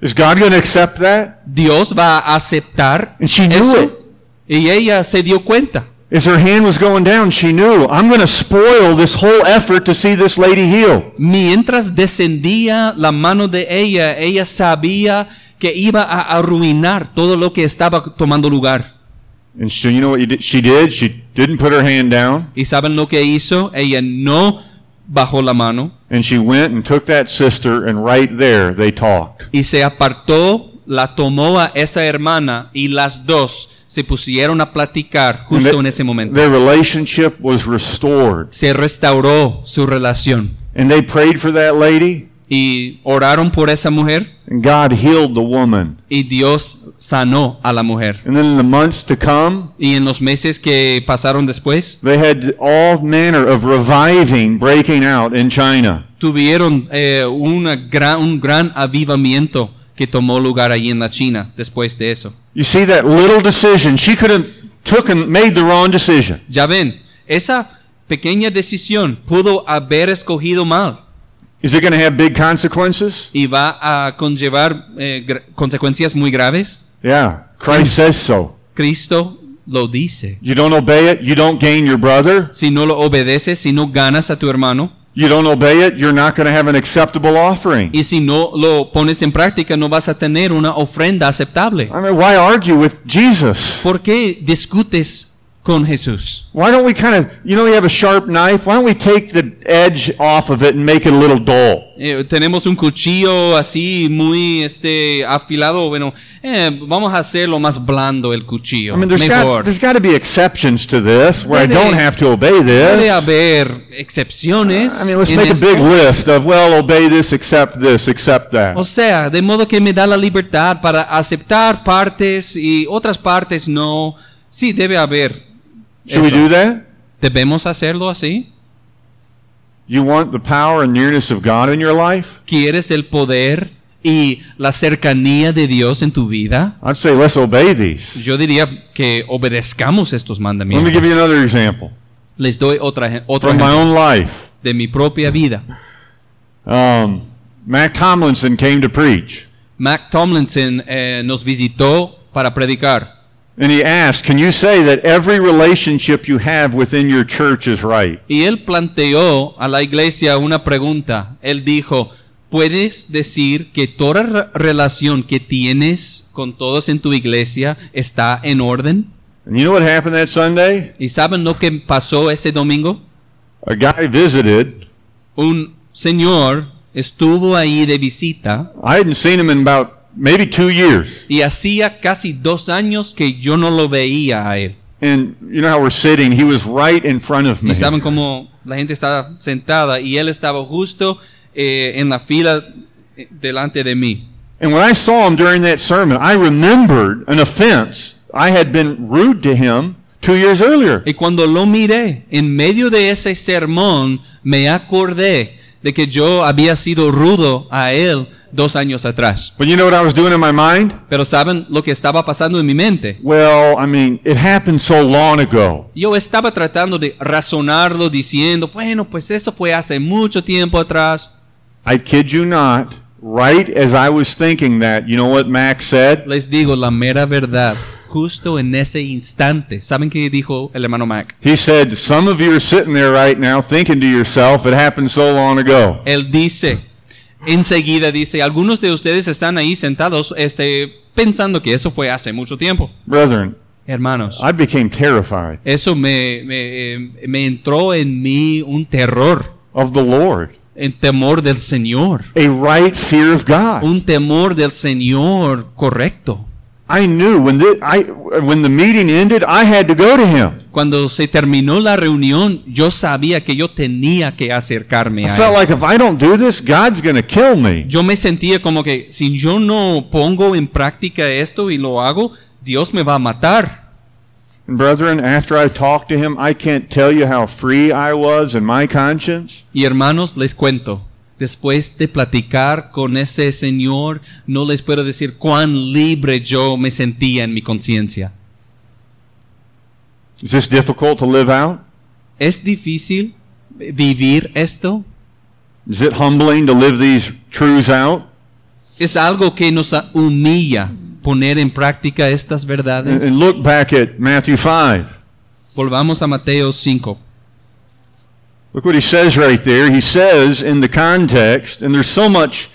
Speaker 1: Is God going to accept that?
Speaker 2: Dios va a aceptar
Speaker 1: And she knew it.
Speaker 2: eso. Y ella se dio cuenta.
Speaker 1: As her hand was going down, she knew I'm going to spoil this whole effort to see this lady healed.
Speaker 2: Mientras descendía la mano de ella, ella sabía que iba a arruinar todo lo que estaba tomando lugar.
Speaker 1: And so you know what you did? she did? She didn't put her hand down,
Speaker 2: ¿Y saben lo que hizo? Ella no bajó la mano
Speaker 1: and she went and took that sister, and right there they talked.
Speaker 2: y se apartó, la tomó a esa hermana y las dos se pusieron a platicar
Speaker 1: And
Speaker 2: justo
Speaker 1: the-
Speaker 2: en ese momento.
Speaker 1: Their relationship was restored.
Speaker 2: Se restauró su relación
Speaker 1: And they prayed for that lady,
Speaker 2: y oraron por esa mujer
Speaker 1: and God healed the woman.
Speaker 2: y Dios sanó a la mujer.
Speaker 1: And then in the months to come,
Speaker 2: Y en los meses que pasaron después,
Speaker 1: they had all manner of reviving breaking out in China.
Speaker 2: tuvieron eh, una gran, un gran avivamiento que tomó lugar allí en la China después de eso.
Speaker 1: You see that little decision. She could have took and made the wrong decision.
Speaker 2: Ya ven, esa pequeña decisión pudo haber escogido mal
Speaker 1: Is it going to have big consequences?
Speaker 2: y va a conllevar eh, gra- consecuencias muy graves.
Speaker 1: Yeah. Christ says so.
Speaker 2: Cristo lo dice.
Speaker 1: You don't obey it, you don't gain your brother.
Speaker 2: Si no lo obedeces, si no ganas a tu hermano
Speaker 1: You don't obey it, you're not going to have an acceptable offering.
Speaker 2: y si no lo pones en práctica, no vas a tener una ofrenda aceptable.
Speaker 1: I mean, why argue with Jesus?
Speaker 2: ¿Por qué discutes con Jesús?
Speaker 1: Why don't we kind of, you know, you have a sharp knife. Why don't we take the edge off of it and make it a little dull?
Speaker 2: Eh, tenemos un cuchillo así muy este afilado bueno eh, vamos a hacerlo más blando el cuchillo
Speaker 1: I mean, there's got,
Speaker 2: mejor
Speaker 1: there's got to be exceptions to this where I
Speaker 2: Debe-
Speaker 1: don't have to obey
Speaker 2: debe
Speaker 1: this.
Speaker 2: haber excepciones
Speaker 1: I mean, let's
Speaker 2: en
Speaker 1: make a
Speaker 2: esto.
Speaker 1: big list of, well, obey this, accept this, accept that.
Speaker 2: o sea de modo que me da la libertad para aceptar partes y otras partes no sí debe haber
Speaker 1: Should we
Speaker 2: eso.
Speaker 1: do that?
Speaker 2: debemos hacerlo así
Speaker 1: You want the power and nearness of God in your life?
Speaker 2: quieres el poder y la cercanía de Dios en tu vida
Speaker 1: I'd say let's obey these.
Speaker 2: yo diría que obedezcamos estos
Speaker 1: Let me
Speaker 2: mandamientos
Speaker 1: give you another example
Speaker 2: les doy otra ej- otro
Speaker 1: from my
Speaker 2: ejemplo.
Speaker 1: own life.
Speaker 2: de mi propia vida.
Speaker 1: Um, Mac Tomlinson came to preach,
Speaker 2: Mac Tomlinson eh, nos visitó para predicar
Speaker 1: and he asked, Can you say that every relationship you have within your church is right?
Speaker 2: y él planteó a la iglesia una pregunta. Él dijo, ¿puedes decir que toda re- relación que tienes con todos en tu iglesia está en orden?
Speaker 1: And you know what happened that Sunday?
Speaker 2: ¿Y saben lo que pasó ese domingo?
Speaker 1: A guy visited.
Speaker 2: Un señor estuvo ahí de visita
Speaker 1: I hadn't seen him in about maybe two years.
Speaker 2: y hacía casi dos años que yo no lo veía a él.
Speaker 1: And you know how we're sitting? He was right in front of me.
Speaker 2: Y saben cómo la gente estaba sentada y él estaba justo eh, en la fila eh, delante de mí.
Speaker 1: And when I saw him during that sermon, I remembered an offense. I had been rude to him two years earlier.
Speaker 2: Y cuando lo miré en medio de ese sermón, me acordé de que yo había sido rudo a él dos años atrás.
Speaker 1: But you know what I was doing in my mind?
Speaker 2: Pero saben lo que estaba pasando en mi mente.
Speaker 1: Well, I mean, it happened so long ago.
Speaker 2: Yo estaba tratando de razonarlo diciendo, bueno, pues eso fue hace mucho tiempo atrás.
Speaker 1: I kid you not. Right as I was thinking that, you know what Max said?
Speaker 2: Les digo la mera verdad, justo en ese instante. ¿Saben qué dijo el hermano Mac?
Speaker 1: He said, Some of you are sitting there right now thinking to yourself, it happened so long ago.
Speaker 2: Él dice, enseguida dice, algunos de ustedes están ahí sentados este, pensando que eso fue hace mucho tiempo.
Speaker 1: Brethren,
Speaker 2: Hermanos,
Speaker 1: I became terrified
Speaker 2: eso me, me, eh, me entró en mí un terror,
Speaker 1: of the Lord,
Speaker 2: el temor del Señor,
Speaker 1: a right fear of God.
Speaker 2: un temor del Señor correcto.
Speaker 1: I knew when the, I, when the meeting ended, I had to go to him.
Speaker 2: Cuando se terminó la reunión, yo sabía que yo tenía que acercarme
Speaker 1: I
Speaker 2: a
Speaker 1: felt
Speaker 2: él.
Speaker 1: like if I don't do this, God's going to kill me.
Speaker 2: Yo me sentía como que si yo no pongo en práctica esto y lo hago, Dios me va a matar.
Speaker 1: And brethren, after I talked to him, I can't tell you how free I was in my conscience.
Speaker 2: Y hermanos, les cuento, después de platicar con ese Señor, no les puedo decir cuán libre yo me sentía en mi conciencia.
Speaker 1: Is this difficult to live out?
Speaker 2: ¿Es difícil vivir esto?
Speaker 1: Is it humbling to live these truths out?
Speaker 2: ¿Es algo que nos humilla poner en práctica estas
Speaker 1: And,
Speaker 2: verdades?
Speaker 1: and look back at Matthew 5.
Speaker 2: Volvamos a Mateo 5.
Speaker 1: Look what he says right there. He says in the context, and there's so much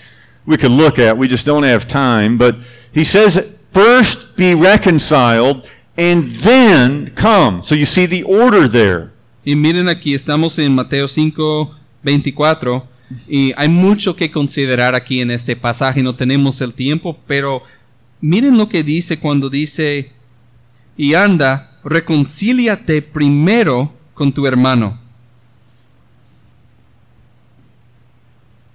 Speaker 1: we could look at, we just don't have time, but he says, first be reconciled and then come. So you see the order there.
Speaker 2: Y miren aquí, estamos en Mateo 5, 24. Y hay mucho que considerar aquí en este pasaje. No tenemos el tiempo, pero miren lo que dice cuando dice, y anda, reconcíliate primero con tu hermano.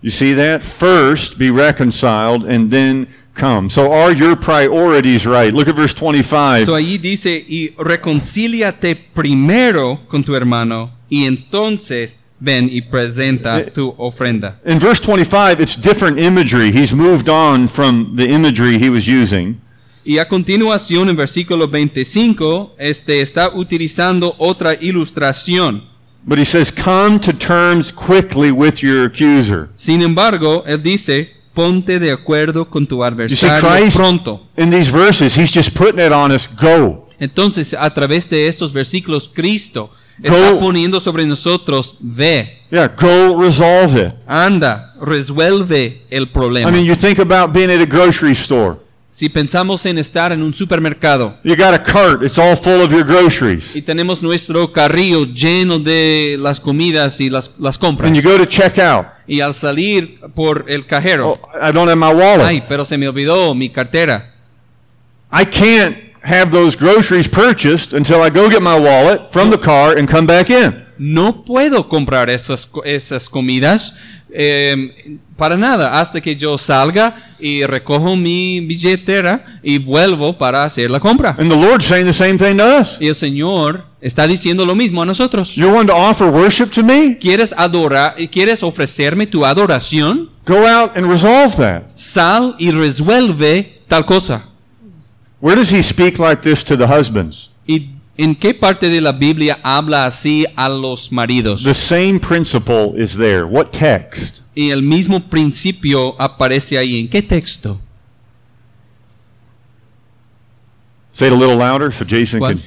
Speaker 1: You see that? First be reconciled and then come. So are your priorities right? Look at verse 25.
Speaker 2: So allí dice, y reconcíliate primero con tu hermano, y entonces ven y
Speaker 1: Eh,
Speaker 2: presenta tu ofrenda.
Speaker 1: in verse 25, it's different imagery. He's moved on from the imagery he was using.
Speaker 2: Y a continuación, en versículo 25, este está utilizando otra ilustración.
Speaker 1: But he says, come to terms quickly with your accuser.
Speaker 2: Sin embargo, él dice, ponte de acuerdo con tu adversario
Speaker 1: Christ-
Speaker 2: pronto.
Speaker 1: In these verses, he's just putting it on us. Go.
Speaker 2: Entonces, a través de estos versículos, Cristo está
Speaker 1: Go.
Speaker 2: poniendo sobre nosotros, ve,
Speaker 1: Yeah, go resolve it.
Speaker 2: anda, resuelve el problema.
Speaker 1: I mean, you think about being at a grocery store.
Speaker 2: si pensamos en estar en un supermercado
Speaker 1: You got a cart, it's all full of your groceries.
Speaker 2: y tenemos nuestro carrillo lleno de las comidas y las, las compras,
Speaker 1: And you go to check out.
Speaker 2: y al salir por el cajero,
Speaker 1: Oh, I don't have my wallet.
Speaker 2: ay, pero se me olvidó mi cartera.
Speaker 1: I can't have those groceries purchased until I go get my wallet from the car and come back in.
Speaker 2: no puedo comprar esas, co- esas comidas eh, para nada hasta que yo salga y recojo mi billetera y vuelvo para hacer la compra.
Speaker 1: And the Lord's saying the same thing to us.
Speaker 2: Y el Señor está diciendo lo mismo a nosotros.
Speaker 1: You're wanting to offer worship to me?
Speaker 2: ¿Quieres adorar y quieres ofrecerme tu adoración?
Speaker 1: Go out and resolve that.
Speaker 2: Sal y resuelve tal cosa.
Speaker 1: Where does he speak like this to the husbands?
Speaker 2: ¿Y ¿En qué parte de la Biblia habla así a los maridos?
Speaker 1: The same principle is there. What text?
Speaker 2: Y el mismo principio aparece ahí. ¿En qué texto?
Speaker 1: Say it a little louder so Jason
Speaker 2: ¿Cuál?
Speaker 1: can.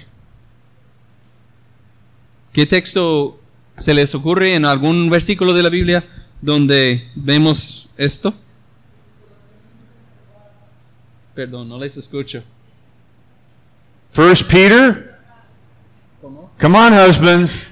Speaker 2: ¿Qué texto se les ocurre en algún versículo de la Biblia donde vemos esto? Perdón, no les escucho.
Speaker 1: First Peter. Come on, husbands.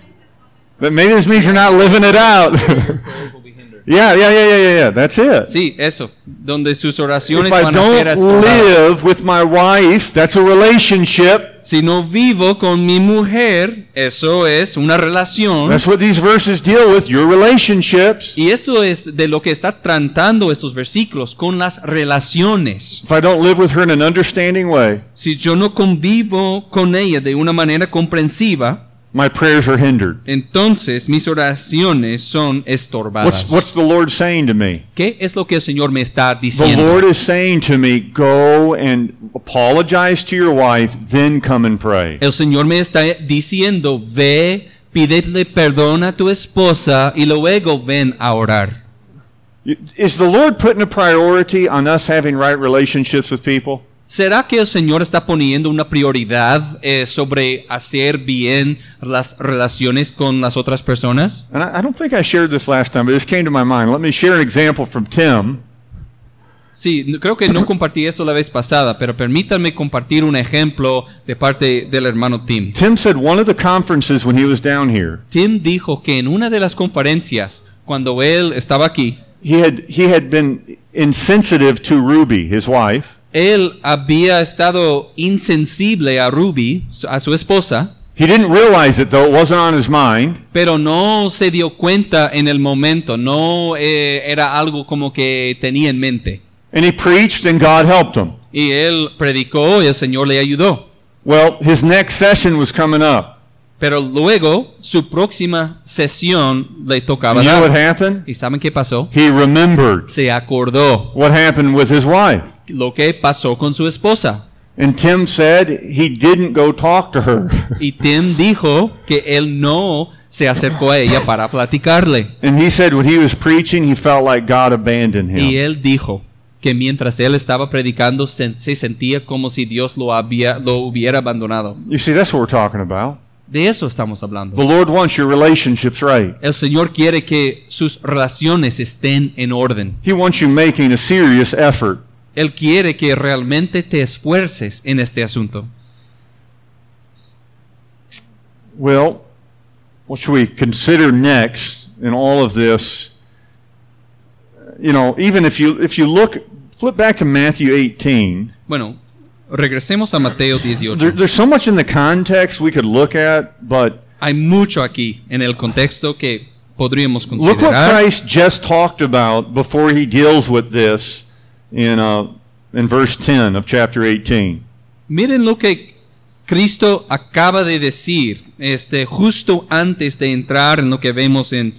Speaker 1: But maybe this means you're not living it out. yeah, yeah, yeah, yeah, yeah, yeah. That's it.
Speaker 2: Sí, eso, donde sus oraciones
Speaker 1: If I
Speaker 2: van a ser
Speaker 1: don't
Speaker 2: escuchadas.
Speaker 1: live with my wife, that's a relationship.
Speaker 2: Si no vivo con mi mujer, eso es una relación.
Speaker 1: That's what these verses deal with. Your relationships.
Speaker 2: Y esto es de lo que está tratando estos versículos con las relaciones.
Speaker 1: If I don't live with her in an understanding way,
Speaker 2: Si yo no convivo con ella de una manera comprensiva,
Speaker 1: my prayers are hindered.
Speaker 2: entonces mis oraciones son estorbadas.
Speaker 1: What's, what's the Lord saying to me?
Speaker 2: ¿Qué es lo que el Señor me está
Speaker 1: The
Speaker 2: diciendo?
Speaker 1: Lord is saying to me, go and apologize to your wife, then come and pray.
Speaker 2: El Señor me está diciendo, ve, pídele perdón a tu esposa y luego ven a orar.
Speaker 1: Is the Lord putting a priority on us having right relationships with people?
Speaker 2: ¿Será que el Señor está poniendo una prioridad eh, sobre hacer bien las relaciones con las otras personas?
Speaker 1: And I, I don't think I shared this last time, but this came to my mind. Let me share an example from Tim.
Speaker 2: Sí, no- creo que no compartí esto la vez pasada, pero permítanme compartir un ejemplo de parte del hermano Tim.
Speaker 1: Tim said one of the conferences when he was down here,
Speaker 2: Tim dijo que en una de las conferencias, cuando él estaba aquí,
Speaker 1: he had he had been insensitive to Ruby, his wife.
Speaker 2: él había estado insensible a Ruby, su- a su esposa,
Speaker 1: He didn't realize it though; it wasn't on his mind.
Speaker 2: pero no se dio cuenta en el momento, no eh, era algo como que tenía en mente.
Speaker 1: And he preached, and God helped him.
Speaker 2: Y él predicó y el Señor le ayudó.
Speaker 1: Well, his next session was coming up.
Speaker 2: Pero luego su próxima sesión le
Speaker 1: And
Speaker 2: tocaba
Speaker 1: you know what
Speaker 2: dar.
Speaker 1: happened?
Speaker 2: ¿Y saben qué pasó?
Speaker 1: He remembered
Speaker 2: Se acordó
Speaker 1: what happened with his wife.
Speaker 2: lo que pasó con su esposa.
Speaker 1: And Tim said he didn't go talk to her.
Speaker 2: Y Tim dijo que él no se acercó a ella para platicarle.
Speaker 1: and he said when he was preaching, he felt like God abandoned
Speaker 2: Y
Speaker 1: him.
Speaker 2: él dijo que mientras él estaba predicando se, se sentía como si Dios lo, había, lo hubiera abandonado.
Speaker 1: You see, that's what we're talking about.
Speaker 2: De eso estamos
Speaker 1: The
Speaker 2: hablando.
Speaker 1: Lord wants your relationships right.
Speaker 2: El Señor quiere que sus relaciones estén en orden.
Speaker 1: He wants you making a serious effort.
Speaker 2: Él quiere que realmente te esfuerces en este asunto.
Speaker 1: Well, what should we consider next in all of this? You know, even if you if you look flip back to Matthew 18,
Speaker 2: Bueno, regresemos a Mateo
Speaker 1: there,
Speaker 2: 18.
Speaker 1: there's so much in the context we could look at, but
Speaker 2: Hay mucho aquí en el contexto que podríamos
Speaker 1: look what
Speaker 2: considerar.
Speaker 1: Christ just talked about before he deals with this in uh, in verse 10 of chapter 18.
Speaker 2: Miren lo que Cristo acaba de decir, este, justo antes de entrar en lo que vemos en,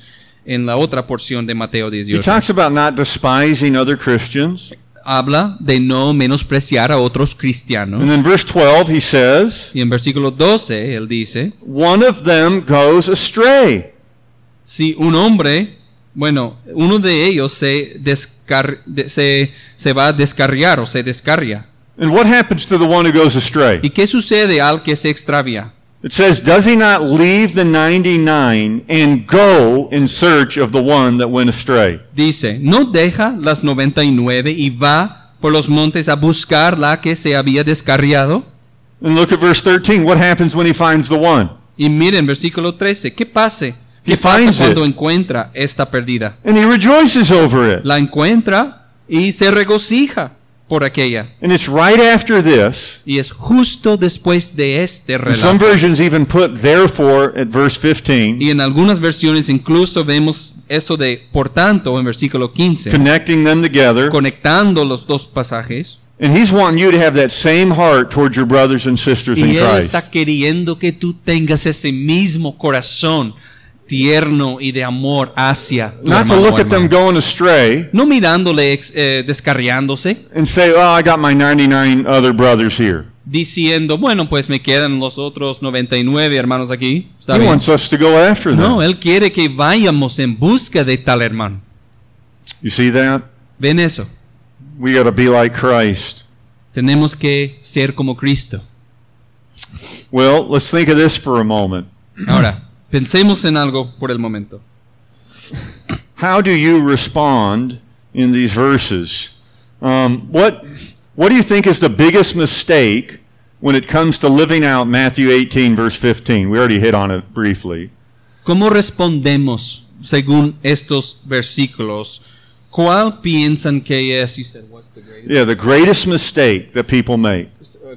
Speaker 2: en la otra porción de Mateo
Speaker 1: He
Speaker 2: 18.
Speaker 1: talks about not despising other Christians.
Speaker 2: Habla de no menospreciar a otros
Speaker 1: And
Speaker 2: cristianos.
Speaker 1: then verse 12 he says,
Speaker 2: Y en versículo 12, él dice,
Speaker 1: one of them goes astray.
Speaker 2: si un hombre, bueno, uno de ellos se, descar- de- se, se va a descarriar o se descarria.
Speaker 1: And what happens to the one who goes astray?
Speaker 2: ¿Y qué sucede al que se extravia?
Speaker 1: It says, Does he not leave the 99 and go in search of the one that went astray?
Speaker 2: Dice, no deja las 99 y va por los montes a buscar la que se había descarriado.
Speaker 1: And look at verse 13. What happens when he finds the one?
Speaker 2: Y miren, versículo 13, ¿qué pase? ¿Qué
Speaker 1: He
Speaker 2: pasa
Speaker 1: finds it.
Speaker 2: cuando encuentra esta perdida?
Speaker 1: And he rejoices over it.
Speaker 2: La encuentra y se regocija por aquella.
Speaker 1: And it's right after this.
Speaker 2: Y es justo después de este
Speaker 1: and Some
Speaker 2: relato.
Speaker 1: versions even put therefore at verse 15,
Speaker 2: Y en algunas versiones incluso vemos eso de, por tanto, en versículo 15,
Speaker 1: connecting them together.
Speaker 2: conectando los dos pasajes.
Speaker 1: And he's wanting you to have that same heart towards your brothers and sisters in
Speaker 2: Y Él
Speaker 1: Christ.
Speaker 2: está queriendo que tú tengas ese mismo corazón tierno y de amor hacia tu
Speaker 1: Not to
Speaker 2: hermano o
Speaker 1: look at them
Speaker 2: hermana.
Speaker 1: going astray
Speaker 2: No mirándole ex- eh, descarriándose
Speaker 1: and say, Oh, I got my 99 other brothers here.
Speaker 2: diciendo, bueno, pues me quedan los otros 99 hermanos aquí. Está
Speaker 1: He
Speaker 2: bien.
Speaker 1: wants us to go after them.
Speaker 2: No, Él quiere que vayamos en busca de tal hermano.
Speaker 1: You see that?
Speaker 2: Ven eso.
Speaker 1: We got to be like Christ.
Speaker 2: Tenemos que ser como Cristo.
Speaker 1: Well, let's think of this for a moment.
Speaker 2: Ahora, pensemos en algo por el momento.
Speaker 1: How do you respond in these verses? Um, what, what do you think is the biggest mistake when it comes to living out Matthew 18, verse 15? We already hit on it briefly.
Speaker 2: ¿Cómo respondemos según estos versículos? ¿Cuál piensan que es? You said, what's the greatest uh,
Speaker 1: Yeah, the greatest mistake that people make.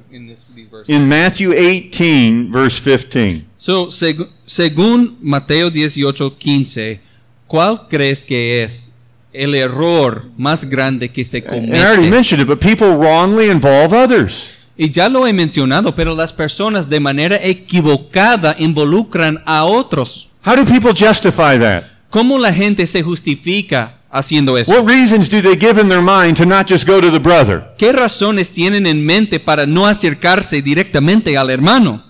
Speaker 2: in this- these verses?
Speaker 1: In Matthew 18, verse 15,
Speaker 2: So, seg- según Mateo 18, 15, ¿cuál crees que es el error más grande que se
Speaker 1: and I already
Speaker 2: comete?
Speaker 1: mentioned it, but people wrongly involve others.
Speaker 2: Y ya lo he mencionado, pero las personas de manera equivocada involucran a otros.
Speaker 1: How do people justify that?
Speaker 2: ¿Cómo la gente se justifica haciendo eso?
Speaker 1: What reasons do they give in their mind to not just go to the brother?
Speaker 2: ¿Qué razones tienen en mente para no acercarse directamente al hermano?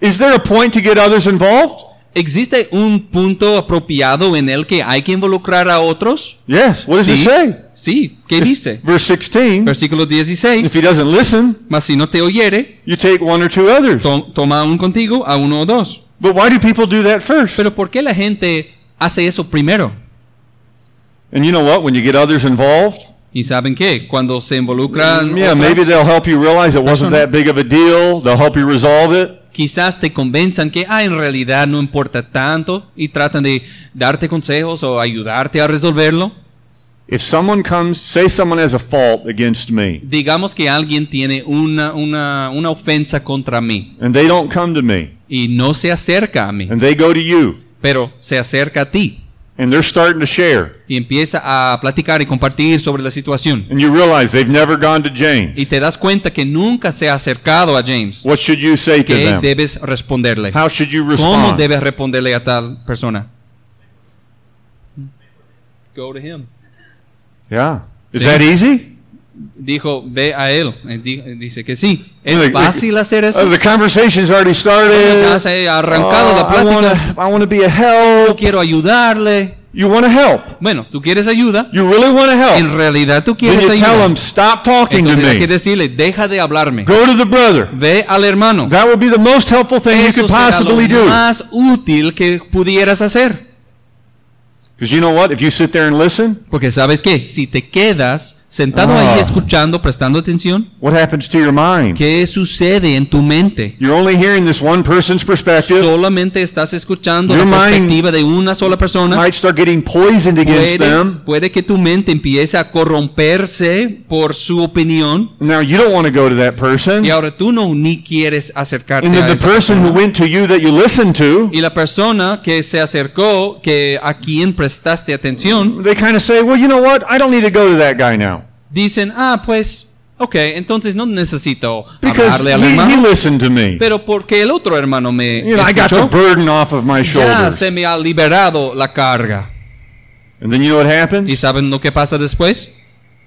Speaker 1: Is there a point to get others involved?
Speaker 2: ¿Existe un punto apropiado en el que hay que involucrar a otros?
Speaker 1: Yes. What does it
Speaker 2: Sí.
Speaker 1: say?
Speaker 2: Sí, ¿qué dice?
Speaker 1: Verse 16.
Speaker 2: Versículo
Speaker 1: If
Speaker 2: 16.
Speaker 1: he doesn't listen,
Speaker 2: Mas si no te oyere,
Speaker 1: you take one or two others.
Speaker 2: to- toma un contigo a uno o dos.
Speaker 1: But why do people do that first?
Speaker 2: Pero ¿por qué la gente hace eso primero?
Speaker 1: And you know what? When you get others involved,
Speaker 2: ¿Y saben qué? Cuando se involucran,
Speaker 1: yeah,
Speaker 2: otras,
Speaker 1: maybe they'll help you realize it wasn't that big of a deal. They'll help you resolve it.
Speaker 2: quizás te convenzan que, ah, en realidad no importa tanto y tratan de darte consejos o ayudarte a resolverlo.
Speaker 1: If someone comes, say someone has a fault against me,
Speaker 2: Digamos que alguien tiene una, una, una ofensa contra mí
Speaker 1: and they don't come to me,
Speaker 2: y no se acerca a mí,
Speaker 1: and they go to you,
Speaker 2: pero se acerca a ti
Speaker 1: and they're starting to share,
Speaker 2: y empieza a platicar y compartir sobre la situación.
Speaker 1: and you realize they've never gone to James.
Speaker 2: y te das cuenta que nunca se ha acercado a James,
Speaker 1: What should you say to
Speaker 2: ¿qué
Speaker 1: them?
Speaker 2: debes responderle?
Speaker 1: How should you
Speaker 2: ¿Cómo
Speaker 1: respond?
Speaker 2: debes responderle a tal persona? Go to him.
Speaker 1: yeah. Is
Speaker 2: Sí.
Speaker 1: that easy?
Speaker 2: Dijo, ve a él. Eh, di- eh, Dice que sí.
Speaker 1: Like,
Speaker 2: ¿Es
Speaker 1: like,
Speaker 2: fácil hacer
Speaker 1: Oh,
Speaker 2: eso?
Speaker 1: the conversation's already started.
Speaker 2: Ya se ha arrancado la
Speaker 1: Oh, I
Speaker 2: plática.
Speaker 1: wanna- I want to be a
Speaker 2: Yo
Speaker 1: help.
Speaker 2: quiero ayudarle.
Speaker 1: You want to help.
Speaker 2: Bueno, tú quieres ayuda.
Speaker 1: You really want to
Speaker 2: En
Speaker 1: help.
Speaker 2: realidad tú
Speaker 1: Then
Speaker 2: quieres
Speaker 1: you tell them,
Speaker 2: ayuda.
Speaker 1: stop talking to
Speaker 2: Entonces hay que
Speaker 1: me.
Speaker 2: decirle, deja de hablarme.
Speaker 1: Go to the brother.
Speaker 2: Ve al hermano.
Speaker 1: That would be the most helpful thing you
Speaker 2: Eso
Speaker 1: could
Speaker 2: será lo
Speaker 1: possibly do.
Speaker 2: más útil que pudieras hacer.
Speaker 1: Because you know what? If you sit there and listen,
Speaker 2: Porque sabes qué, si te quedas sentado
Speaker 1: Ah.
Speaker 2: ahí escuchando, prestando atención,
Speaker 1: what happens to your mind?
Speaker 2: ¿qué sucede en tu mente?
Speaker 1: You're only hearing this one person's perspective.
Speaker 2: Solamente estás escuchando
Speaker 1: Your
Speaker 2: la
Speaker 1: mind
Speaker 2: perspectiva de una sola persona.
Speaker 1: Might start getting poisoned against
Speaker 2: Puede,
Speaker 1: them.
Speaker 2: puede que tu mente empiece a corromperse por su opinión
Speaker 1: Now you don't want to go to that person.
Speaker 2: y ahora tú no ni quieres acercarte
Speaker 1: And
Speaker 2: a
Speaker 1: then the
Speaker 2: esa
Speaker 1: person who
Speaker 2: persona.
Speaker 1: went to you that you listened to,
Speaker 2: Y la persona que se acercó, que a quien prestaste atención,
Speaker 1: they kind of say, well, you know what? I don't need to go to that guy now.
Speaker 2: dicen, ah, pues, ok, entonces no necesito
Speaker 1: Because
Speaker 2: hablarle al
Speaker 1: he, he
Speaker 2: hermano.
Speaker 1: listened to me.
Speaker 2: Pero porque el otro hermano me
Speaker 1: You know, I got the
Speaker 2: escuchó,
Speaker 1: burden off of my
Speaker 2: ya
Speaker 1: shoulders.
Speaker 2: se me ha liberado la carga.
Speaker 1: And then you know what
Speaker 2: ¿Y
Speaker 1: happens?
Speaker 2: saben lo que pasa después?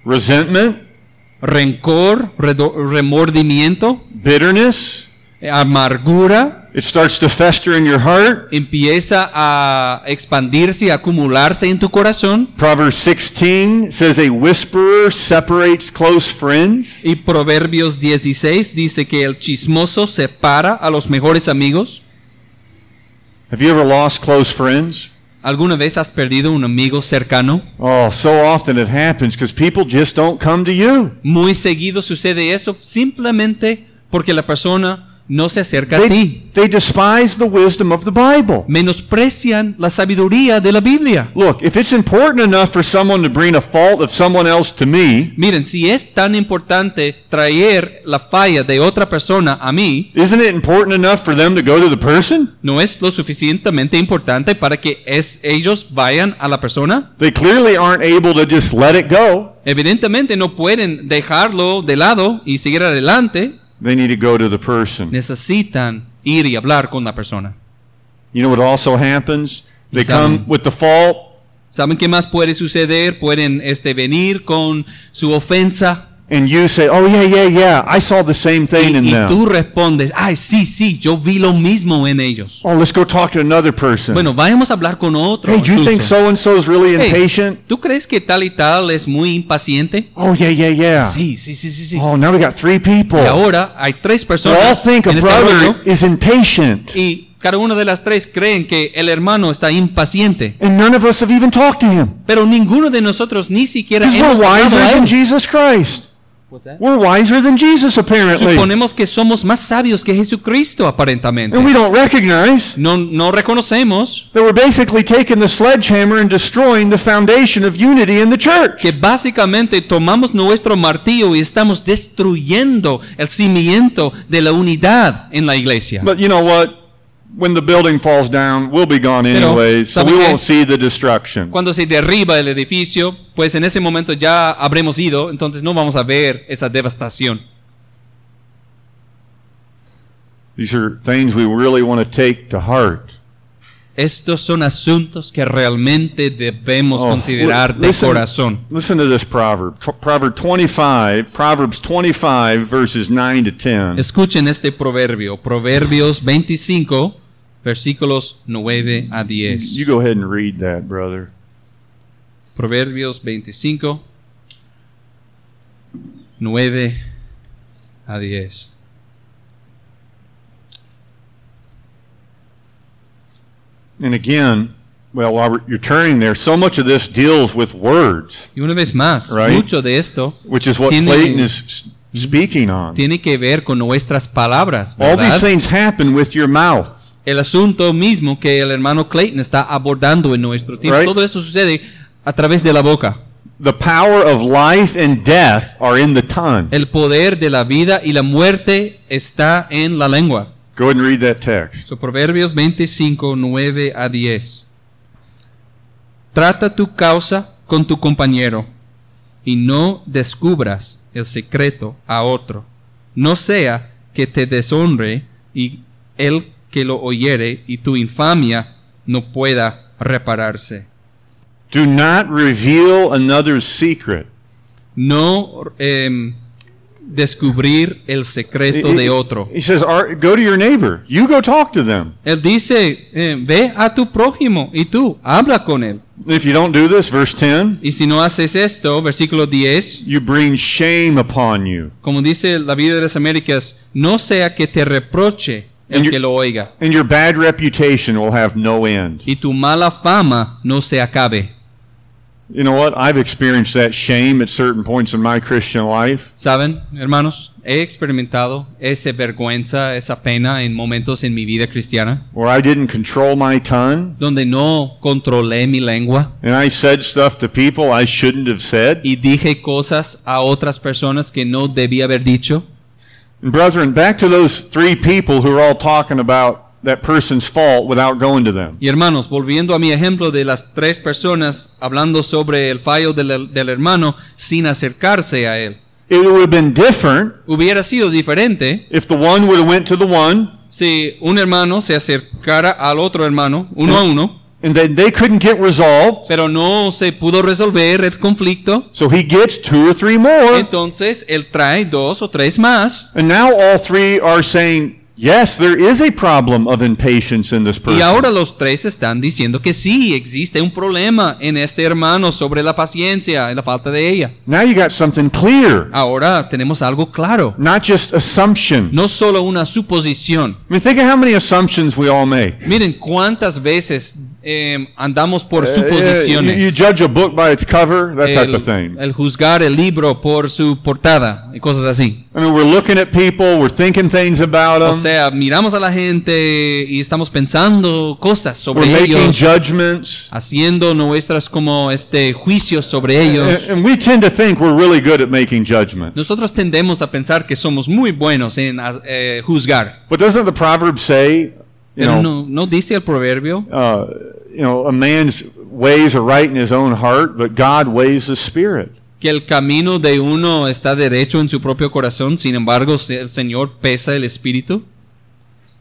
Speaker 1: Resentment,
Speaker 2: Rencor, redo- remordimiento,
Speaker 1: bitterness.
Speaker 2: eh, amargura,
Speaker 1: It starts to fester in your heart.
Speaker 2: empieza a expandirse y acumularse en tu corazón.
Speaker 1: Proverbs 16 says, a whisperer separates close friends.
Speaker 2: Y Proverbios 16 dice que el chismoso separa a los mejores amigos.
Speaker 1: Have you ever lost close friends?
Speaker 2: ¿Alguna vez has perdido un amigo cercano?
Speaker 1: Oh, so often it happens because people just don't come to you.
Speaker 2: Muy seguido sucede esto simplemente porque la persona no se acerca a ti.
Speaker 1: They, they despise the wisdom of the Bible.
Speaker 2: menosprecian la sabiduría de la Biblia.
Speaker 1: Look, if it's important enough for someone to bring a fault of someone else to me,
Speaker 2: Miren, si es tan importante traer la falla de otra persona a mí,
Speaker 1: isn't it important enough for them to go to the person?
Speaker 2: ¿no es lo suficientemente importante para que es, ellos vayan a la persona?
Speaker 1: They clearly aren't able to just let it go.
Speaker 2: Evidentemente no pueden dejarlo de lado y seguir adelante.
Speaker 1: They need to go to the person.
Speaker 2: Necesitan ir y hablar con la persona.
Speaker 1: You know what also happens? They come
Speaker 2: Examen.
Speaker 1: with the fault.
Speaker 2: ¿Saben qué más puede suceder? Pueden este, venir con su ofensa.
Speaker 1: and you say, "Oh yeah, yeah, yeah, I saw the same thing
Speaker 2: Y,
Speaker 1: in
Speaker 2: y
Speaker 1: them."
Speaker 2: tú respondes, ay, sí, sí, yo vi lo mismo en ellos.
Speaker 1: oh, let's go talk to another person.
Speaker 2: Bueno, vayamos a hablar con otro.
Speaker 1: hey, do you
Speaker 2: incluso.
Speaker 1: think so and so is really
Speaker 2: Hey,
Speaker 1: impatient?
Speaker 2: ¿Tú crees que tal y tal es muy impaciente?
Speaker 1: Oh yeah, yeah, yeah.
Speaker 2: Sí, sí, sí, sí, sí.
Speaker 1: Oh, now we got three people.
Speaker 2: Y ahora hay tres
Speaker 1: They all
Speaker 2: personas
Speaker 1: think a
Speaker 2: en este
Speaker 1: brother
Speaker 2: rollo
Speaker 1: is impatient,
Speaker 2: y cada una de las tres creen que el hermano está impaciente.
Speaker 1: and none of us have even talked to him
Speaker 2: Pero ninguno de nosotros ni siquiera
Speaker 1: because we're
Speaker 2: hemos hablado
Speaker 1: wiser
Speaker 2: a
Speaker 1: than
Speaker 2: él.
Speaker 1: Jesus Christ.
Speaker 2: What's that?
Speaker 1: We're wiser than Jesus apparently,
Speaker 2: Suponemos que somos más sabios que Jesucristo aparentemente.
Speaker 1: and we don't recognize
Speaker 2: No, no reconocemos
Speaker 1: that we're basically taking the sledgehammer and destroying the foundation of unity in the church.
Speaker 2: que básicamente tomamos nuestro martillo y estamos destruyendo el cimiento de la unidad en la iglesia.
Speaker 1: But you know what? When the building falls down, we'll be gone
Speaker 2: Pero,
Speaker 1: anyways, so we
Speaker 2: ¿sabe qué?
Speaker 1: won't see the destruction.
Speaker 2: Cuando se derriba el edificio, pues en ese momento ya habremos ido, entonces no vamos a ver esa devastación.
Speaker 1: These are things we really want to take to heart.
Speaker 2: Estos son asuntos que realmente debemos
Speaker 1: Oh,
Speaker 2: considerar
Speaker 1: li-
Speaker 2: de
Speaker 1: listen-
Speaker 2: corazón.
Speaker 1: Listen to this proverb. Tw- Proverb 25, Proverbs 25 verses 9 to 10.
Speaker 2: Escuchen este proverbio, Proverbios 25, versículos 9 a 10.
Speaker 1: You go ahead and read that, brother.
Speaker 2: Proverbios 25, 9 a 10.
Speaker 1: And again, well, while we're- you're turning there, so much of this deals with words,
Speaker 2: Y una vez más,
Speaker 1: Right.
Speaker 2: mucho de esto
Speaker 1: which is what
Speaker 2: Tiene-
Speaker 1: Clayton is s- speaking on.
Speaker 2: tiene que ver con nuestras palabras.
Speaker 1: All
Speaker 2: ¿verdad?
Speaker 1: these things happen with your mouth.
Speaker 2: el asunto mismo que el hermano Clayton está abordando en nuestro tiempo.
Speaker 1: Right.
Speaker 2: Todo eso sucede a través de la boca.
Speaker 1: The power of life and death are in the tongue.
Speaker 2: El poder de la vida y la muerte está en la lengua.
Speaker 1: Go ahead and read that text.
Speaker 2: So, Proverbios 25, 9 a 10. Trata tu causa con tu compañero y no descubras el secreto a otro. No sea que te deshonre y el que lo oyere y tu infamia no pueda repararse.
Speaker 1: Do not reveal another's secret.
Speaker 2: no em, descubrir el secreto
Speaker 1: He-
Speaker 2: de otro.
Speaker 1: He says, "Ar- go to your neighbor. You go talk to them.
Speaker 2: Él dice, eh, ve a tu prójimo y tú habla con él.
Speaker 1: If you don't do this, verse 10,
Speaker 2: Y si no haces esto, versículo 10,
Speaker 1: you bring shame upon you.
Speaker 2: como dice la Biblia de las Américas, no sea que te reproche
Speaker 1: And
Speaker 2: el
Speaker 1: you-
Speaker 2: que lo oiga
Speaker 1: And your bad reputation will have no end.
Speaker 2: y tu mala fama no se acabe.
Speaker 1: You know what? I've experienced that shame at certain points in my Christian life.
Speaker 2: ¿Saben, hermanos? He experimentado esa vergüenza, esa pena en momentos en mi vida cristiana,
Speaker 1: Where I didn't control my tongue
Speaker 2: donde no controlé mi lengua,
Speaker 1: and I said stuff to people I shouldn't have said.
Speaker 2: y dije cosas a otras personas que no debía haber dicho.
Speaker 1: And brethren, back to those three people who are all talking about that person's fault without going to them.
Speaker 2: Y hermanos, volviendo a mi ejemplo de las tres personas hablando sobre el fallo del, del hermano sin acercarse a él.
Speaker 1: It would have been different
Speaker 2: Hubiera sido diferente
Speaker 1: if the one would have went to the one
Speaker 2: si un hermano se acercara al otro hermano, uno a uno,
Speaker 1: and then they couldn't get resolved.
Speaker 2: pero no se pudo resolver el conflicto.
Speaker 1: So he gets two or three more.
Speaker 2: Entonces él trae dos o tres más.
Speaker 1: And now all three are saying, yes, there is a problem of impatience in this person.
Speaker 2: Y ahora los tres están diciendo que sí, existe un problema en este hermano sobre la paciencia y la falta de ella.
Speaker 1: Now you got something clear,
Speaker 2: Ahora tenemos algo claro,
Speaker 1: not just assumption.
Speaker 2: no solo una suposición.
Speaker 1: I mean, think of how many assumptions we all make.
Speaker 2: Miren cuántas veces eh, andamos por
Speaker 1: Uh, you, you
Speaker 2: suposiciones.
Speaker 1: judge a book by its cover, that type of
Speaker 2: El,
Speaker 1: thing.
Speaker 2: el juzgar el libro por su portada y cosas así.
Speaker 1: I mean, we're looking at people, we're thinking things about them,
Speaker 2: O sea, miramos a la gente y estamos pensando cosas sobre
Speaker 1: we're making
Speaker 2: ellos,
Speaker 1: judgments.
Speaker 2: haciendo nuestras como este juicios sobre
Speaker 1: And,
Speaker 2: ellos.
Speaker 1: and we tend to think we're really good at making judgments.
Speaker 2: Nosotros tendemos a pensar que somos muy buenos en ah, eh, juzgar,
Speaker 1: But doesn't the proverb say, you
Speaker 2: pero
Speaker 1: know,
Speaker 2: no, no dice el proverbio
Speaker 1: uh, you know, a man's ways are right in his own heart, but God weighs the spirit.
Speaker 2: que el camino de uno está derecho en su propio corazón, sin embargo, se- el Señor pesa el espíritu.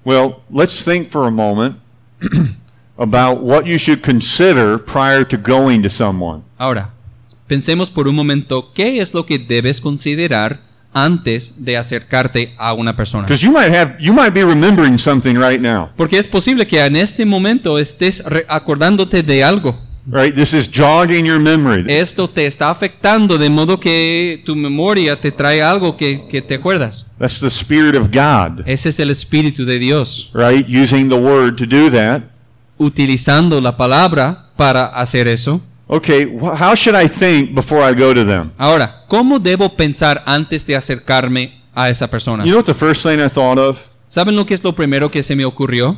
Speaker 1: Well, let's think for a moment about what you should consider prior to going to someone.
Speaker 2: Ahora, Pensemos por un momento qué es lo que debes considerar antes de acercarte a una persona.
Speaker 1: Because you might have, you might be remembering something right now,
Speaker 2: Porque es posible que en este momento estés re- acordándote de algo.
Speaker 1: right? This is jogging your memory.
Speaker 2: Esto te está afectando de modo que tu memoria te trae algo que, que te acuerdas.
Speaker 1: That's the Spirit of God,
Speaker 2: Ese es el Espíritu de Dios,
Speaker 1: right? Using the Word to do that.
Speaker 2: utilizando la palabra para hacer eso.
Speaker 1: Okay, wh- how should I think before I go to them?
Speaker 2: Ahora, ¿cómo debo pensar antes de acercarme a esa persona?
Speaker 1: You know what the first thing I thought of?
Speaker 2: ¿Saben lo que es lo primero que se me ocurrió?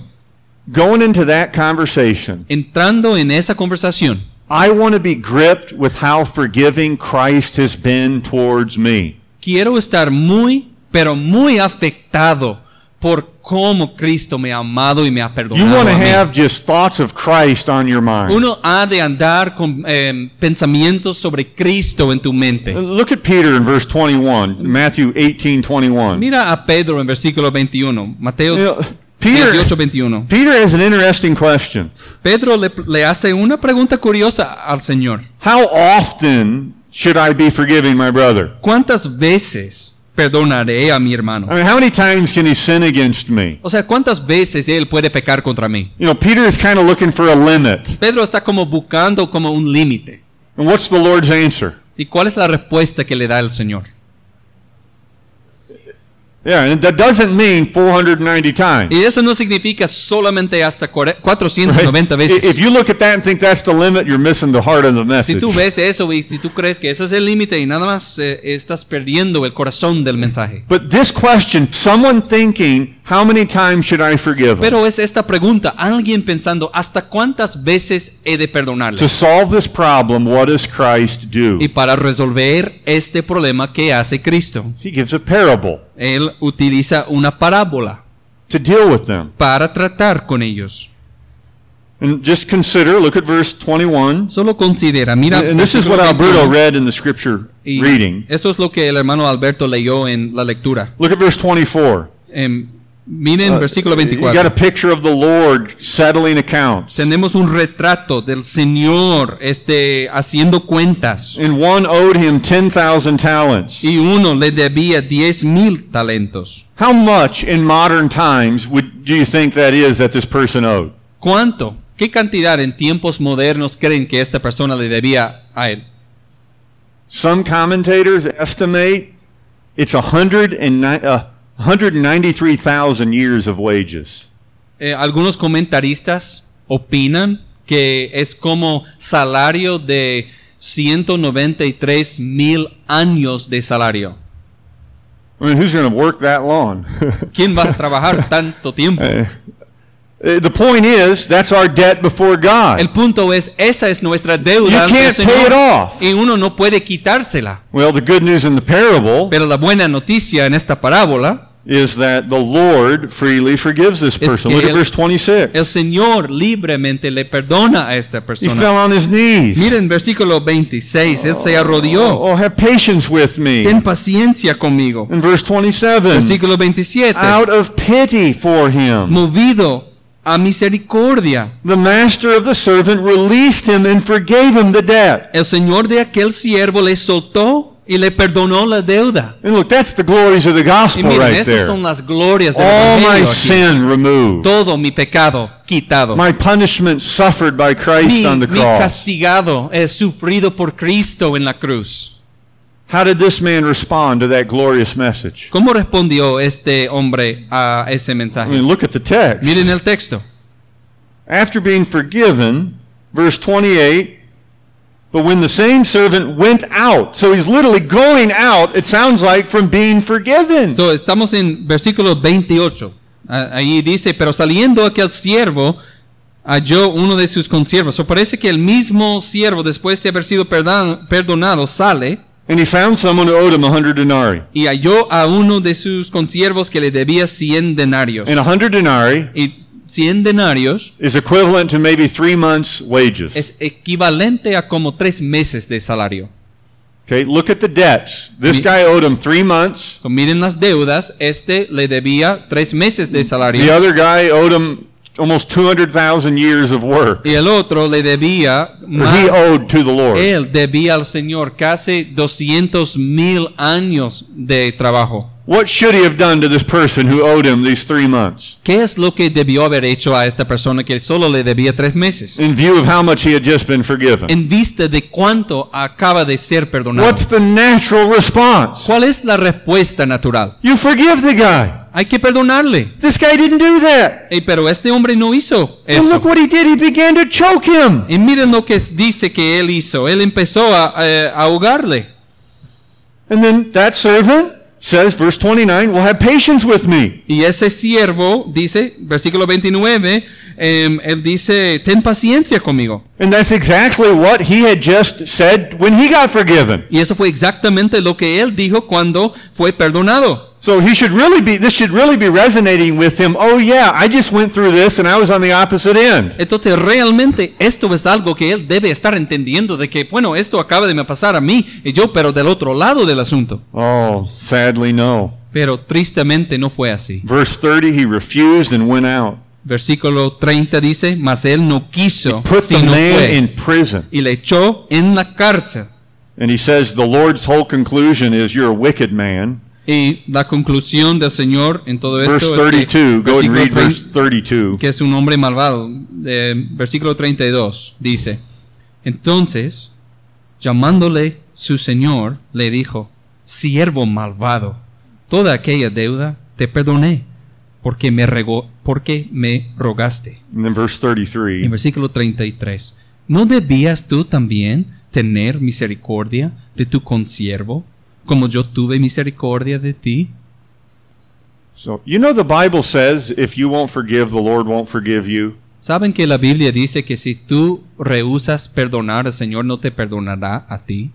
Speaker 1: Going into that conversation,
Speaker 2: Entrando en esa conversación,
Speaker 1: I want to be gripped with how forgiving Christ has been towards me.
Speaker 2: quiero estar muy, pero muy afectado por cómo Cristo me ha amado y me ha
Speaker 1: You
Speaker 2: perdonado.
Speaker 1: want to
Speaker 2: a mí.
Speaker 1: have just thoughts of Christ on your mind.
Speaker 2: Uno ha de andar con eh, pensamientos sobre Cristo en tu mente.
Speaker 1: Uh, Look at Peter in verse 21, Matthew 18, 21.
Speaker 2: Mira a Pedro en versículo 21,
Speaker 1: You
Speaker 2: Mateo
Speaker 1: know, Peter,
Speaker 2: 18, 21.
Speaker 1: Peter has an interesting question.
Speaker 2: Pedro le, le hace una pregunta curiosa al Señor.
Speaker 1: How often should I be forgiving my brother?
Speaker 2: ¿Cuántas veces perdonaré a mi hermano?
Speaker 1: I mean, how many times can he sin against me?
Speaker 2: O sea, ¿cuántas veces él puede pecar contra mí?
Speaker 1: You know, Peter is kind of looking for a limit.
Speaker 2: Pedro está como buscando como un límite.
Speaker 1: And what's the Lord's answer?
Speaker 2: ¿Y cuál es la respuesta que le da el Señor?
Speaker 1: Yeah, and that doesn't mean 490 times.
Speaker 2: Y eso no significa solamente hasta cuare-
Speaker 1: Right?
Speaker 2: 490
Speaker 1: I- If
Speaker 2: veces.
Speaker 1: you look at that and think that's the limit, you're missing the heart of the
Speaker 2: Si
Speaker 1: message.
Speaker 2: tú ves eso y si tú crees que eso es el límite y nada más eh, estás perdiendo el corazón del mensaje.
Speaker 1: But this question, someone thinking, how many times should I forgive? him?
Speaker 2: Pero es esta pregunta, alguien pensando, ¿hasta cuántas veces he de
Speaker 1: To
Speaker 2: perdonarle?
Speaker 1: solve this problem, what does Christ do?
Speaker 2: Y para resolver este problema que hace Cristo,
Speaker 1: He gives a parable
Speaker 2: Él utiliza una parábola
Speaker 1: to deal with them.
Speaker 2: para tratar con ellos.
Speaker 1: And just consider, look at verse 21.
Speaker 2: Solo considera, mira,
Speaker 1: And this is what
Speaker 2: versículo
Speaker 1: Alberto
Speaker 2: 21,
Speaker 1: read in the scripture
Speaker 2: y
Speaker 1: reading.
Speaker 2: Eso es lo que el hermano Alberto leyó en la lectura.
Speaker 1: Look at verse 24.
Speaker 2: Em, miren versículo
Speaker 1: Uh, You got a
Speaker 2: 24.
Speaker 1: picture of the Lord settling accounts.
Speaker 2: Tenemos un retrato del Señor este, haciendo cuentas.
Speaker 1: And one owed him 10,000 talents.
Speaker 2: Y uno le debía 10 mil talentos.
Speaker 1: How much in modern times would do you think that is that this person owed?
Speaker 2: ¿Cuánto? ¿Qué cantidad en tiempos modernos creen que esta persona le debía a él?
Speaker 1: Some commentators estimate it's 109 uh, 193,000 years of wages.
Speaker 2: Eh, algunos comentaristas opinan que es como salario de 193 mil años de salario.
Speaker 1: I mean, who's going to work that long?
Speaker 2: ¿Quién va a trabajar tanto tiempo?
Speaker 1: Uh, the point is, that's our debt before
Speaker 2: El
Speaker 1: God.
Speaker 2: punto es, esa es nuestra
Speaker 1: You
Speaker 2: deuda ante el
Speaker 1: can't pay it
Speaker 2: Señor.
Speaker 1: off.
Speaker 2: Y uno no puede quitársela.
Speaker 1: Well, the good news in the parable
Speaker 2: Pero la buena noticia en esta parábola,
Speaker 1: is that the Lord freely forgives this
Speaker 2: Es
Speaker 1: person.
Speaker 2: que
Speaker 1: Look at
Speaker 2: él-
Speaker 1: verse 26.
Speaker 2: el Señor libremente le perdona a esta
Speaker 1: He
Speaker 2: persona.
Speaker 1: fell on his knees.
Speaker 2: Miren versículo 26, él se
Speaker 1: Oh,
Speaker 2: arrodilló.
Speaker 1: oh, have patience with me.
Speaker 2: Ten paciencia conmigo.
Speaker 1: In verse 27,
Speaker 2: Versículo 27.
Speaker 1: out of pity for him,
Speaker 2: Movido a misericordia,
Speaker 1: the master of the servant released him and forgave him the debt.
Speaker 2: el Señor de aquel siervo le soltó y le perdonó la deuda.
Speaker 1: And look, that's the glories of the
Speaker 2: Y
Speaker 1: gospel
Speaker 2: miren,
Speaker 1: right
Speaker 2: esas son
Speaker 1: there.
Speaker 2: las glorias del
Speaker 1: All my
Speaker 2: Evangelio aquí.
Speaker 1: sin removed,
Speaker 2: Todo mi pecado quitado.
Speaker 1: my punishment suffered by
Speaker 2: mi,
Speaker 1: Christ on the
Speaker 2: mi
Speaker 1: cross.
Speaker 2: castigado es sufrido por Cristo en la cruz.
Speaker 1: How did this man respond to that glorious message?
Speaker 2: ¿Cómo respondió este hombre a ese
Speaker 1: I
Speaker 2: mensaje?
Speaker 1: mean, look at the text.
Speaker 2: Miren el texto.
Speaker 1: after being forgiven, verse 28, but when the same servant went out, so he's literally going out, it sounds like, from being forgiven.
Speaker 2: So, estamos en versículo 28. Ah, Ahí dice, pero saliendo aquel siervo, halló uno de sus consiervos. So, parece que el mismo siervo, después de haber sido perdan- perdonado, sale
Speaker 1: and he found someone who owed him a 100 denarii.
Speaker 2: y halló a uno de sus consiervos que le debía 100 denarios.
Speaker 1: And a 100 denarii
Speaker 2: Y 100 denarios
Speaker 1: is equivalent to maybe three months' wages.
Speaker 2: es equivalente a como tres meses de salario.
Speaker 1: Okay, look at the debts. This
Speaker 2: Mi-
Speaker 1: guy owed him three months.
Speaker 2: So, miren las deudas, este le debía tres meses de
Speaker 1: The
Speaker 2: salario.
Speaker 1: other guy owed him almost 200,000 years of work
Speaker 2: Y el otro le debía
Speaker 1: that
Speaker 2: más.
Speaker 1: he owed to the Lord.
Speaker 2: Él debía al Señor casi 200 mil años de trabajo.
Speaker 1: What should he have done to this person who owed him these three months
Speaker 2: ¿Qué es lo que debió haber hecho a esta persona que solo le debía tres meses?
Speaker 1: in view of how much he had just been forgiven?
Speaker 2: En vista de cuánto acaba de ser perdonado.
Speaker 1: What's the natural response?
Speaker 2: ¿Cuál es la respuesta natural?
Speaker 1: You forgive the guy.
Speaker 2: Hay que perdonarle.
Speaker 1: This guy didn't do that.
Speaker 2: Ey, pero este hombre no hizo
Speaker 1: And
Speaker 2: eso.
Speaker 1: look what he did. He began to choke him.
Speaker 2: Y miren lo que dice que él hizo. Él empezó a, eh, a ahogarle.
Speaker 1: And then that servant says, verse 29, well, have patience with me.
Speaker 2: Y ese siervo dice, versículo 29, em, él dice, ten paciencia conmigo.
Speaker 1: And that's exactly what he had just said when he got forgiven.
Speaker 2: Y eso fue exactamente lo que él dijo cuando fue perdonado.
Speaker 1: So he should really be, this should really be resonating with him. Oh yeah, I just went through this and I was on the opposite end.
Speaker 2: Entonces realmente esto es algo que él debe estar entendiendo de que, bueno, esto acaba de me pasar a mí y yo, pero del otro lado del asunto.
Speaker 1: Oh, sadly, no.
Speaker 2: Pero tristemente no fue así.
Speaker 1: Verse 30, he refused and went out.
Speaker 2: Versículo 30 dice, mas él no quiso,
Speaker 1: Put the
Speaker 2: sino
Speaker 1: man
Speaker 2: fue,
Speaker 1: in prison.
Speaker 2: y le echó en la cárcel.
Speaker 1: And he says, the Lord's whole conclusion is you're a wicked man.
Speaker 2: Y la conclusión del Señor en todo esto
Speaker 1: Verse
Speaker 2: es que,
Speaker 1: 32, go and
Speaker 2: versículo
Speaker 1: read
Speaker 2: 30,
Speaker 1: verse 32.
Speaker 2: que es un hombre malvado. Eh, versículo 32 dice, entonces, llamándole su Señor, le dijo, siervo malvado, toda aquella deuda te perdoné porque me, rego- porque me rogaste.
Speaker 1: And then verse
Speaker 2: En
Speaker 1: 33,
Speaker 2: versículo 33, ¿no debías tú también tener misericordia de tu consiervo, como yo tuve misericordia de ti?
Speaker 1: so you know the Bible says if you won't forgive, the Lord won't forgive you.
Speaker 2: ¿Saben que la Biblia dice que si tú rehusas perdonar, el Señor no te perdonará a ti?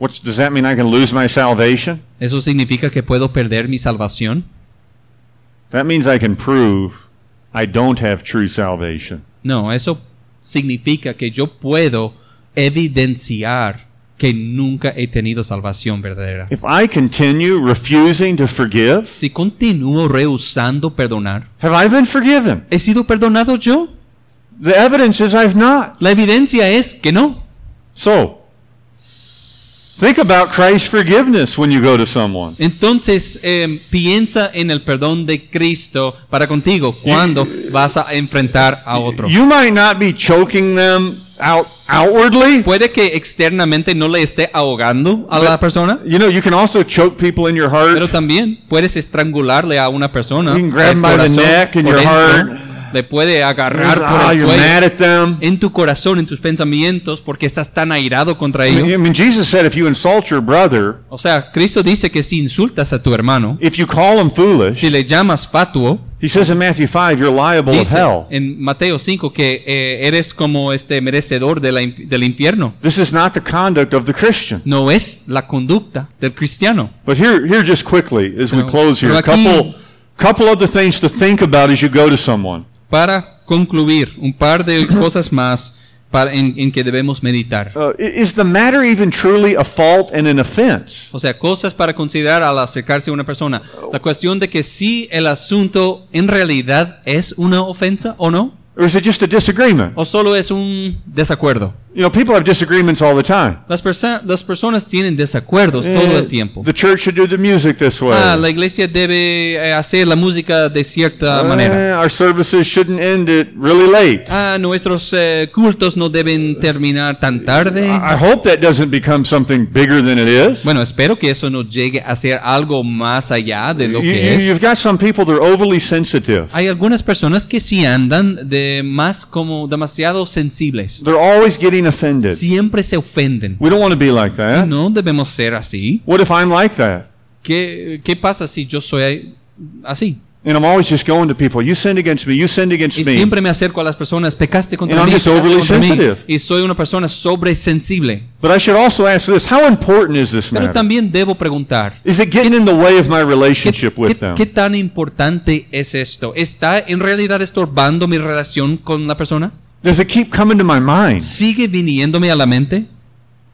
Speaker 1: What's, does that mean I can lose my salvation?
Speaker 2: ¿Eso significa que puedo perder mi salvación?
Speaker 1: That means I can prove I don't have true salvation.
Speaker 2: No, eso significa que yo puedo evidenciar que nunca he tenido salvación verdadera.
Speaker 1: If I continue refusing to forgive,
Speaker 2: Si continúo rehusando perdonar,
Speaker 1: have I been forgiven?
Speaker 2: ¿he sido perdonado yo?
Speaker 1: The evidence is I've not.
Speaker 2: La evidencia es que no.
Speaker 1: So, think about Christ's forgiveness when you go to someone.
Speaker 2: Entonces eh, piensa en el perdón de Cristo para contigo cuando vas a enfrentar a otro.
Speaker 1: You might not be choking them out outwardly.
Speaker 2: Puede que externamente no le esté ahogando a la persona,
Speaker 1: You know, you can also choke people in your heart.
Speaker 2: pero también puedes estrangularle a una persona.
Speaker 1: You can grab
Speaker 2: el
Speaker 1: by the
Speaker 2: corazón
Speaker 1: neck and
Speaker 2: por
Speaker 1: your
Speaker 2: dentro, Le puede agarrar
Speaker 1: Ah,
Speaker 2: por el
Speaker 1: you're
Speaker 2: cuello,
Speaker 1: mad at them.
Speaker 2: en tu corazón, en tus pensamientos, porque estás tan airado contra
Speaker 1: I mean,
Speaker 2: ellos.
Speaker 1: I mean, Jesus said if you insult your brother,
Speaker 2: O sea, Cristo dice que si insultas a tu hermano,
Speaker 1: if you call him foolish,
Speaker 2: si le llamas fatuo,
Speaker 1: He says in Matthew 5, you're liable to
Speaker 2: dice
Speaker 1: Oh, hell.
Speaker 2: en Mateo 5 que eh, eres como este merecedor de la inf- del infierno.
Speaker 1: This is not the conduct of the Christian.
Speaker 2: No es la conducta del cristiano.
Speaker 1: But here, here just quickly, as we
Speaker 2: Pero-
Speaker 1: close here,
Speaker 2: pero
Speaker 1: a
Speaker 2: aquí-
Speaker 1: couple, couple other things to think about as you go to someone.
Speaker 2: Para concluir, un par de cosas más para, en, en que debemos meditar.
Speaker 1: Uh, i- is the matter even truly a fault and an offense?
Speaker 2: O sea, cosas para considerar al acercarse a una persona. La cuestión de que si el asunto en realidad es una ofensa o no,
Speaker 1: Or is it just a disagreement?
Speaker 2: o solo es un desacuerdo.
Speaker 1: You know, people have disagreements all the time.
Speaker 2: Las, persa- las personas tienen desacuerdos todo
Speaker 1: Eh,
Speaker 2: el tiempo.
Speaker 1: The church should do the music this way.
Speaker 2: Ah, la iglesia debe eh, hacer la música de cierta manera.
Speaker 1: Eh, our services shouldn't end it really late.
Speaker 2: Ah, nuestros eh, cultos no deben terminar tan tarde.
Speaker 1: I I hope that doesn't become something bigger than it is.
Speaker 2: Bueno, espero que eso no llegue a ser algo más allá de lo
Speaker 1: You- you-
Speaker 2: que es.
Speaker 1: you've got some people that are overly sensitive.
Speaker 2: Hay algunas personas que sí andan de más como demasiado sensibles.
Speaker 1: They're always getting offended.
Speaker 2: Siempre se ofenden.
Speaker 1: We don't want to be like that.
Speaker 2: No debemos ser así.
Speaker 1: What if I'm like that?
Speaker 2: ¿Qué, qué pasa si yo soy así?
Speaker 1: And I'm always just going to people, you sinned against me, you sinned against
Speaker 2: Y
Speaker 1: me.
Speaker 2: siempre me acerco a las personas, pecaste contra
Speaker 1: And I'm
Speaker 2: mí,
Speaker 1: just
Speaker 2: pecaste
Speaker 1: overly
Speaker 2: contra mí".
Speaker 1: sensitive.
Speaker 2: y soy una persona sobresensible.
Speaker 1: But I should also ask this how important is this
Speaker 2: Pero
Speaker 1: matter?
Speaker 2: también debo preguntar,
Speaker 1: Is it getting in the way of my
Speaker 2: ¿Qué,
Speaker 1: relationship with
Speaker 2: qué-
Speaker 1: them?
Speaker 2: qué tan importante es esto? ¿Está en realidad estorbando mi relación con la persona?
Speaker 1: Does it keep coming to my mind?
Speaker 2: ¿Sigue viniéndome a la mente?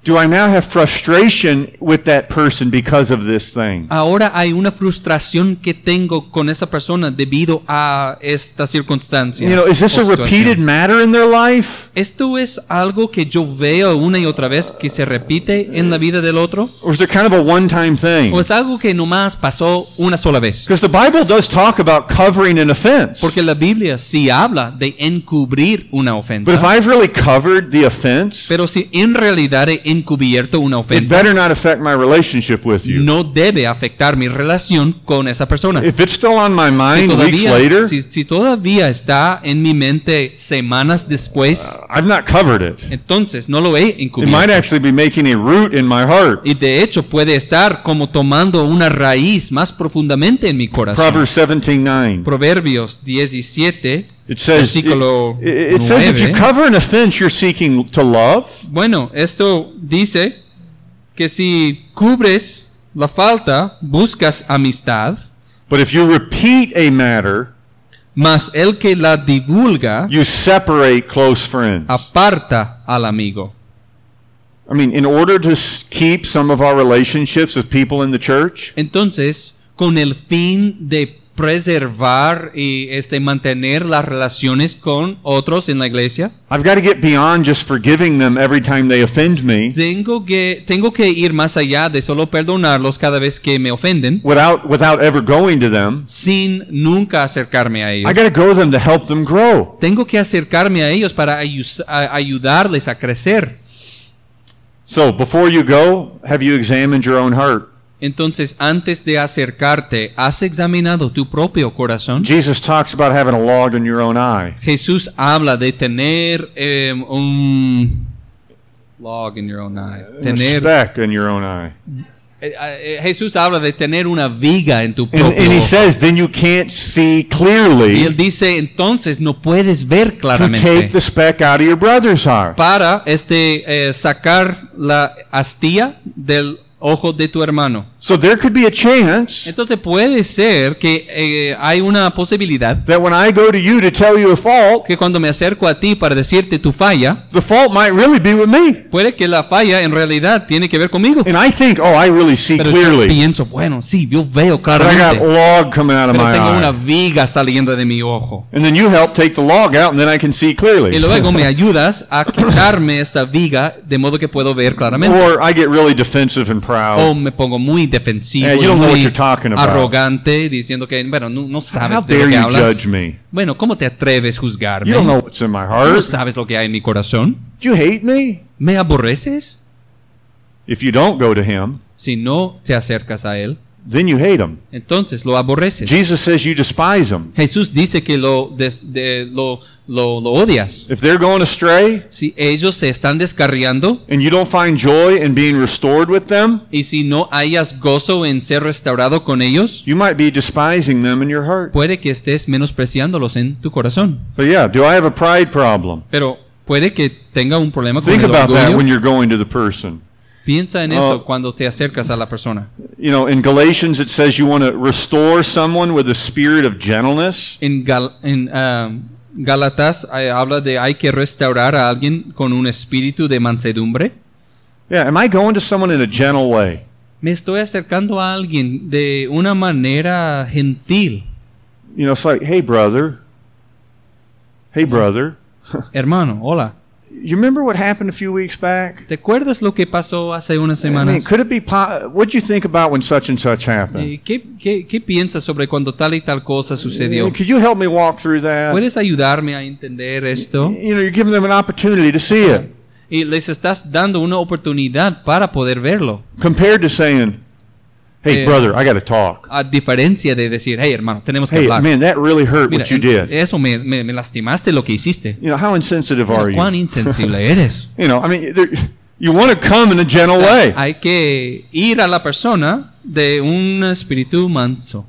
Speaker 1: do I now have frustration with that person because of this thing?
Speaker 2: Ahora hay una frustración que tengo con esa persona debido a esta circunstancia.
Speaker 1: You know, is this
Speaker 2: o
Speaker 1: a
Speaker 2: situación.
Speaker 1: repeated matter in their life?
Speaker 2: ¿Esto es algo que yo veo una y otra vez que se repite en la vida del otro?
Speaker 1: Or is it kind of a one time thing?
Speaker 2: ¿O es algo que nomás pasó una sola vez?
Speaker 1: Because the Bible does talk about covering an offense.
Speaker 2: Porque la Biblia sí habla de encubrir una
Speaker 1: But if
Speaker 2: ofensa.
Speaker 1: I've really covered the offense,
Speaker 2: Pero si en realidad he encubierto una
Speaker 1: it
Speaker 2: ofensa,
Speaker 1: better not affect my relationship with you.
Speaker 2: no debe afectar mi relación con esa persona.
Speaker 1: If it's still on my
Speaker 2: Si
Speaker 1: mind weeks
Speaker 2: todavía,
Speaker 1: later,
Speaker 2: si- si todavía está en mi mente semanas después,
Speaker 1: I've not covered it.
Speaker 2: entonces no lo he
Speaker 1: It might
Speaker 2: encubierto.
Speaker 1: actually be making a root in my heart.
Speaker 2: Y de hecho puede estar como tomando una raíz más profundamente en mi corazón.
Speaker 1: Proverbs 17:9.
Speaker 2: Proverbios 17.
Speaker 1: It says it,
Speaker 2: versículo
Speaker 1: it- it says if you
Speaker 2: 9.
Speaker 1: cover an offense, you're seeking to love.
Speaker 2: Bueno, esto dice que si cubres la falta, buscas amistad,
Speaker 1: But if you repeat a matter,
Speaker 2: mas el que la divulga
Speaker 1: you separate close friends.
Speaker 2: aparta al amigo.
Speaker 1: I mean, in order to s- keep some of our relationships with people in the church,
Speaker 2: Entonces, con el fin de preservar y este mantener las relaciones con otros en la iglesia,
Speaker 1: I've got to get beyond just forgiving them every time they offend me
Speaker 2: tengo que tengo que ir más allá de solo perdonarlos cada vez que me ofenden
Speaker 1: without without ever going to them.
Speaker 2: sin nunca acercarme a ellos.
Speaker 1: I got to go to them to help them grow.
Speaker 2: Tengo que acercarme a ellos para ayus- a- ayudarles a crecer.
Speaker 1: So, before you go, have you examined your own heart?
Speaker 2: Entonces, antes de acercarte, ¿has examinado tu propio corazón?
Speaker 1: Jesus talks about having a log in your own eye.
Speaker 2: Jesús habla de tener eh, un log in your own eye.
Speaker 1: a
Speaker 2: Tener,
Speaker 1: speck in your own eye.
Speaker 2: eh, eh, Jesús habla de tener una viga en tu
Speaker 1: And,
Speaker 2: propio
Speaker 1: and he
Speaker 2: ojo.
Speaker 1: says, then you can't see
Speaker 2: Y
Speaker 1: clearly
Speaker 2: él dice, entonces no puedes ver
Speaker 1: to
Speaker 2: claramente
Speaker 1: take the speck out of your brother's eye.
Speaker 2: para este eh, sacar la astilla del ojo de tu hermano.
Speaker 1: So there could be a chance
Speaker 2: Entonces puede ser que eh, hay una posibilidad
Speaker 1: that when I go to you to tell you a fault,
Speaker 2: que cuando me acerco a ti para decirte tu falla,
Speaker 1: the fault might really be with me.
Speaker 2: puede que la falla en realidad tiene que ver conmigo.
Speaker 1: And I think, oh, I really see
Speaker 2: Pero yo
Speaker 1: clearly.
Speaker 2: pienso, bueno, sí, yo veo
Speaker 1: But I got a
Speaker 2: claramente,
Speaker 1: log coming out of
Speaker 2: pero
Speaker 1: my
Speaker 2: tengo una
Speaker 1: eye.
Speaker 2: viga saliendo de mi ojo.
Speaker 1: And then you help take the log out, and then I can see clearly.
Speaker 2: Y luego me ayudas a quitarme esta viga de modo que puedo ver claramente. Oh,
Speaker 1: Or I get really defensive and
Speaker 2: O
Speaker 1: proud.
Speaker 2: me pongo muy defensivo,
Speaker 1: Yeah, you
Speaker 2: y
Speaker 1: don't know what
Speaker 2: muy
Speaker 1: you're talking about.
Speaker 2: arrogante, diciendo que, bueno, no, no
Speaker 1: How
Speaker 2: sabes de
Speaker 1: dare
Speaker 2: lo que
Speaker 1: you
Speaker 2: hablas.
Speaker 1: judge me?
Speaker 2: Bueno, ¿cómo te atreves a
Speaker 1: You
Speaker 2: juzgarme?
Speaker 1: don't know what's in my
Speaker 2: Tú no
Speaker 1: heart.
Speaker 2: sabes lo que hay en mi corazón.
Speaker 1: Do you hate me?
Speaker 2: ¿Me aborreces?
Speaker 1: If you don't go to him,
Speaker 2: Si no te acercas a él,
Speaker 1: then you hate him.
Speaker 2: entonces lo aborreces.
Speaker 1: Jesus says you despise him.
Speaker 2: Jesús dice que lo, des- de- lo, lo, lo odias.
Speaker 1: If they're going astray
Speaker 2: Si ellos se están descarriando
Speaker 1: and you don't find joy in being restored with them,
Speaker 2: y si no hayas gozo en ser restaurado con ellos,
Speaker 1: you might be despising them in your heart.
Speaker 2: puede que estés menospreciándolos en tu corazón.
Speaker 1: But yeah, do I have a pride problem?
Speaker 2: Pero puede que tenga un problema con
Speaker 1: Think
Speaker 2: el
Speaker 1: about that when
Speaker 2: orgullo.
Speaker 1: you're going to the person.
Speaker 2: Piensa en eso
Speaker 1: Oh.
Speaker 2: cuando te acercas a la persona.
Speaker 1: You know, in Galatians it says you want to restore someone with a spirit of gentleness.
Speaker 2: En, Gal- en, ah, Galatas eh, habla de hay que restaurar a alguien con un espíritu de mansedumbre.
Speaker 1: Yeah, am I going to someone in a gentle way?
Speaker 2: Me estoy acercando a alguien de una manera gentil.
Speaker 1: You know, it's like, hey, brother. Hey, brother.
Speaker 2: Hermano, hola.
Speaker 1: You remember what happened a few weeks back?
Speaker 2: ¿Te acuerdas lo que pasó hace unas
Speaker 1: I mean,
Speaker 2: semanas?
Speaker 1: could it be? Po- what'd you think about when such and such happened?
Speaker 2: Eh, ¿Qué, qué, qué piensas sobre cuando tal y tal cosa sucedió?
Speaker 1: Could you help Eh, me walk through that?
Speaker 2: ¿Puedes ayudarme a entender esto?
Speaker 1: You know, you're giving them an opportunity to see it,
Speaker 2: Y les estás dando una oportunidad para poder verlo.
Speaker 1: compared to saying, "Hey,
Speaker 2: Yeah.
Speaker 1: brother, I got to talk."
Speaker 2: A diferencia de decir, hey hermano, tenemos que
Speaker 1: Hey,
Speaker 2: hablar.
Speaker 1: man, that really hurt
Speaker 2: Mira,
Speaker 1: what you
Speaker 2: en-
Speaker 1: did.
Speaker 2: eso me, me- me lastimaste lo que hiciste.
Speaker 1: You know, how insensitive
Speaker 2: Pero
Speaker 1: are
Speaker 2: cuán
Speaker 1: you?
Speaker 2: insensible eres.
Speaker 1: You know, I mean, there- you want to come in a gentle
Speaker 2: O sea,
Speaker 1: way.
Speaker 2: hay que ir a la persona de un espíritu manso.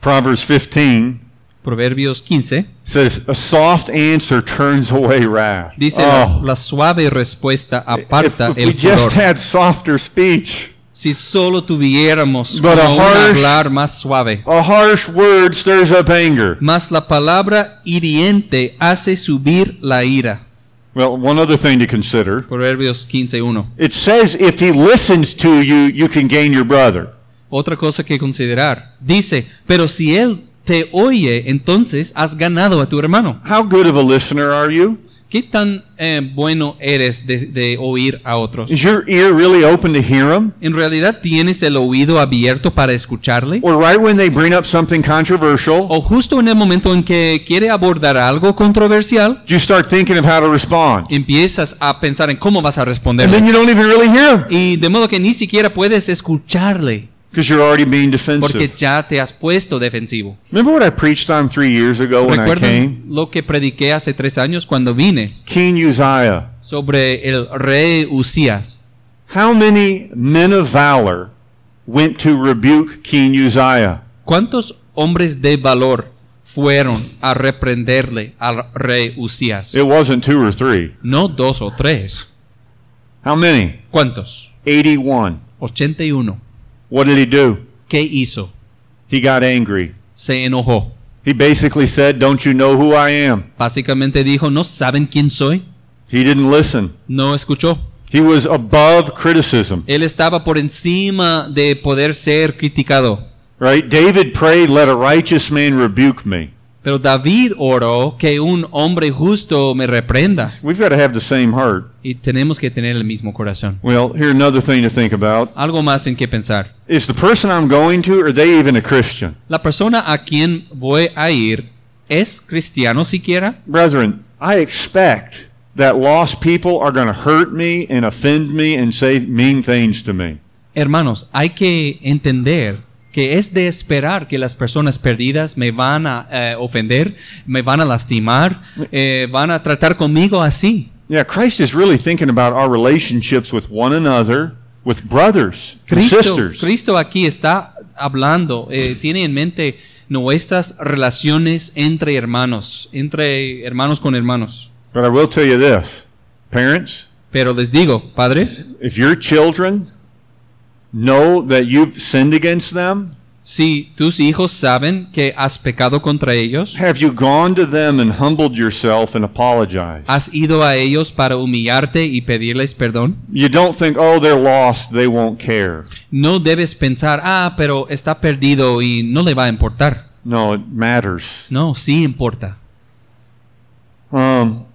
Speaker 1: Proverbs 15
Speaker 2: Proverbios 15
Speaker 1: says, "A soft answer turns away wrath."
Speaker 2: dice,
Speaker 1: Oh,
Speaker 2: la, la suave respuesta
Speaker 1: if,
Speaker 2: aparta
Speaker 1: if we
Speaker 2: el
Speaker 1: just
Speaker 2: furor.
Speaker 1: had softer speech,
Speaker 2: Si solo tuviéramos
Speaker 1: But a
Speaker 2: como un
Speaker 1: harsh-
Speaker 2: hablar más suave.
Speaker 1: a harsh word stirs up anger.
Speaker 2: Mas la palabra hiriente hace subir la ira.
Speaker 1: Well, one other thing to consider
Speaker 2: Proverbios 15:1.
Speaker 1: it says, if he listens to you, you can gain your brother.
Speaker 2: Otra cosa que considerar. Dice, pero si él te oye, entonces has ganado a tu hermano.
Speaker 1: How good of a listener are you?
Speaker 2: ¿Qué tan eh, bueno eres de, de oír a otros?
Speaker 1: Is your ear really open to hear him?
Speaker 2: ¿En realidad tienes el oído abierto para escucharle?
Speaker 1: Or right when they bring up something controversial,
Speaker 2: ¿O justo en el momento en que quiere abordar algo controversial,
Speaker 1: you start thinking of how to respond.
Speaker 2: empiezas a pensar en cómo vas a
Speaker 1: And then
Speaker 2: responderle?
Speaker 1: you don't even really hear him
Speaker 2: Y de modo que ni siquiera puedes escucharle,
Speaker 1: because you're already being
Speaker 2: porque
Speaker 1: defensive.
Speaker 2: ya te has puesto defensivo.
Speaker 1: Remember what I preached on three years ago when I
Speaker 2: ¿Recuerdan
Speaker 1: came?
Speaker 2: lo que prediqué hace tres años cuando vine
Speaker 1: King Uzziah.
Speaker 2: sobre el rey Usías?
Speaker 1: How many men of valor went to rebuke King Uzziah?
Speaker 2: ¿Cuántos hombres de valor fueron a reprenderle al rey Usías?
Speaker 1: It wasn't two or three.
Speaker 2: No dos o tres.
Speaker 1: How many?
Speaker 2: ¿Cuántos?
Speaker 1: 81.
Speaker 2: 81.
Speaker 1: What did he do?
Speaker 2: ¿Qué hizo?
Speaker 1: He got angry.
Speaker 2: Se enojó.
Speaker 1: He basically said, Don't you know who I am?
Speaker 2: Básicamente dijo, ¿no saben quién soy?
Speaker 1: He didn't listen.
Speaker 2: No escuchó.
Speaker 1: He was above criticism,
Speaker 2: Él estaba por encima de poder ser criticado.
Speaker 1: right? David prayed, Let a righteous man rebuke me.
Speaker 2: Pero David oró que un hombre justo me reprenda.
Speaker 1: We've got to have the same heart.
Speaker 2: Y tenemos que tener el mismo corazón.
Speaker 1: Well, here another thing to think about.
Speaker 2: Algo más en que pensar.
Speaker 1: Is the person I'm going to, are they even a Christian?
Speaker 2: La persona a quien voy a ir es cristiano siquiera.
Speaker 1: Brethren, I expect that lost people are going to hurt me and offend me and say mean things to me.
Speaker 2: Hermanos, hay que entender que es de esperar que las personas perdidas me van a eh, ofender, me van a lastimar, eh, van a tratar conmigo así.
Speaker 1: Yeah, Christ is really thinking about our relationships with one another, with brothers, and
Speaker 2: Cristo,
Speaker 1: sisters.
Speaker 2: Cristo aquí está hablando, eh, tiene en mente nuestras relaciones entre hermanos, entre hermanos con hermanos.
Speaker 1: But I will tell you this parents,
Speaker 2: Pero les digo, padres,
Speaker 1: if your children know that you've sinned against them,
Speaker 2: si tus hijos saben que has pecado contra ellos,
Speaker 1: have you gone to them and humbled yourself and apologized?
Speaker 2: has ido a ellos para humillarte y pedirles perdón,
Speaker 1: You don't think, oh, they're lost, they won't care.
Speaker 2: no debes pensar, ah, pero está perdido y no le va a importar.
Speaker 1: No, it matters.
Speaker 2: No, sí importa.
Speaker 1: Um,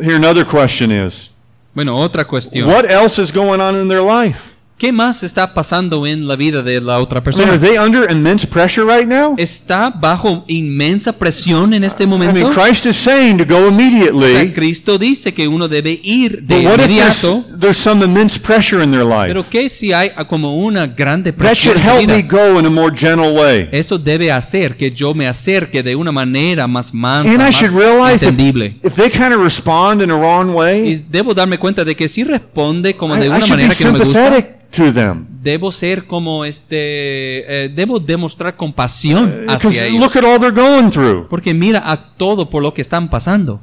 Speaker 1: here, another question is
Speaker 2: Bueno, otra cuestión.
Speaker 1: what else is going on in their life?
Speaker 2: ¿Qué más está pasando en la vida de la
Speaker 1: I
Speaker 2: otra
Speaker 1: mean, are
Speaker 2: persona?
Speaker 1: they under immense pressure right now?
Speaker 2: está bajo inmensa presión en este
Speaker 1: I
Speaker 2: momento.
Speaker 1: mean, Christ is saying to go
Speaker 2: O sea,
Speaker 1: immediately.
Speaker 2: Cristo dice que uno debe ir de
Speaker 1: But what if there's,
Speaker 2: inmediato.
Speaker 1: there's some immense pressure in their life?
Speaker 2: Pero que si hay ah, como una grande
Speaker 1: That
Speaker 2: presión
Speaker 1: should
Speaker 2: en su
Speaker 1: help me
Speaker 2: vida,
Speaker 1: go in a more gentle way.
Speaker 2: eso debe hacer que yo me acerque de una manera más mansa,
Speaker 1: And I
Speaker 2: más
Speaker 1: should realize if,
Speaker 2: entendible.
Speaker 1: if they kind of respond in a wrong
Speaker 2: Y
Speaker 1: way,
Speaker 2: debo darme cuenta de que si responde como
Speaker 1: I,
Speaker 2: de
Speaker 1: I
Speaker 2: una
Speaker 1: should be
Speaker 2: manera que no me gusta,
Speaker 1: sympathetic to them.
Speaker 2: debo ser como este, eh, debo demostrar
Speaker 1: Eh,
Speaker 2: compasión
Speaker 1: Because
Speaker 2: hacia ellos.
Speaker 1: look at all they're going through.
Speaker 2: Porque mira a todo por lo que están pasando.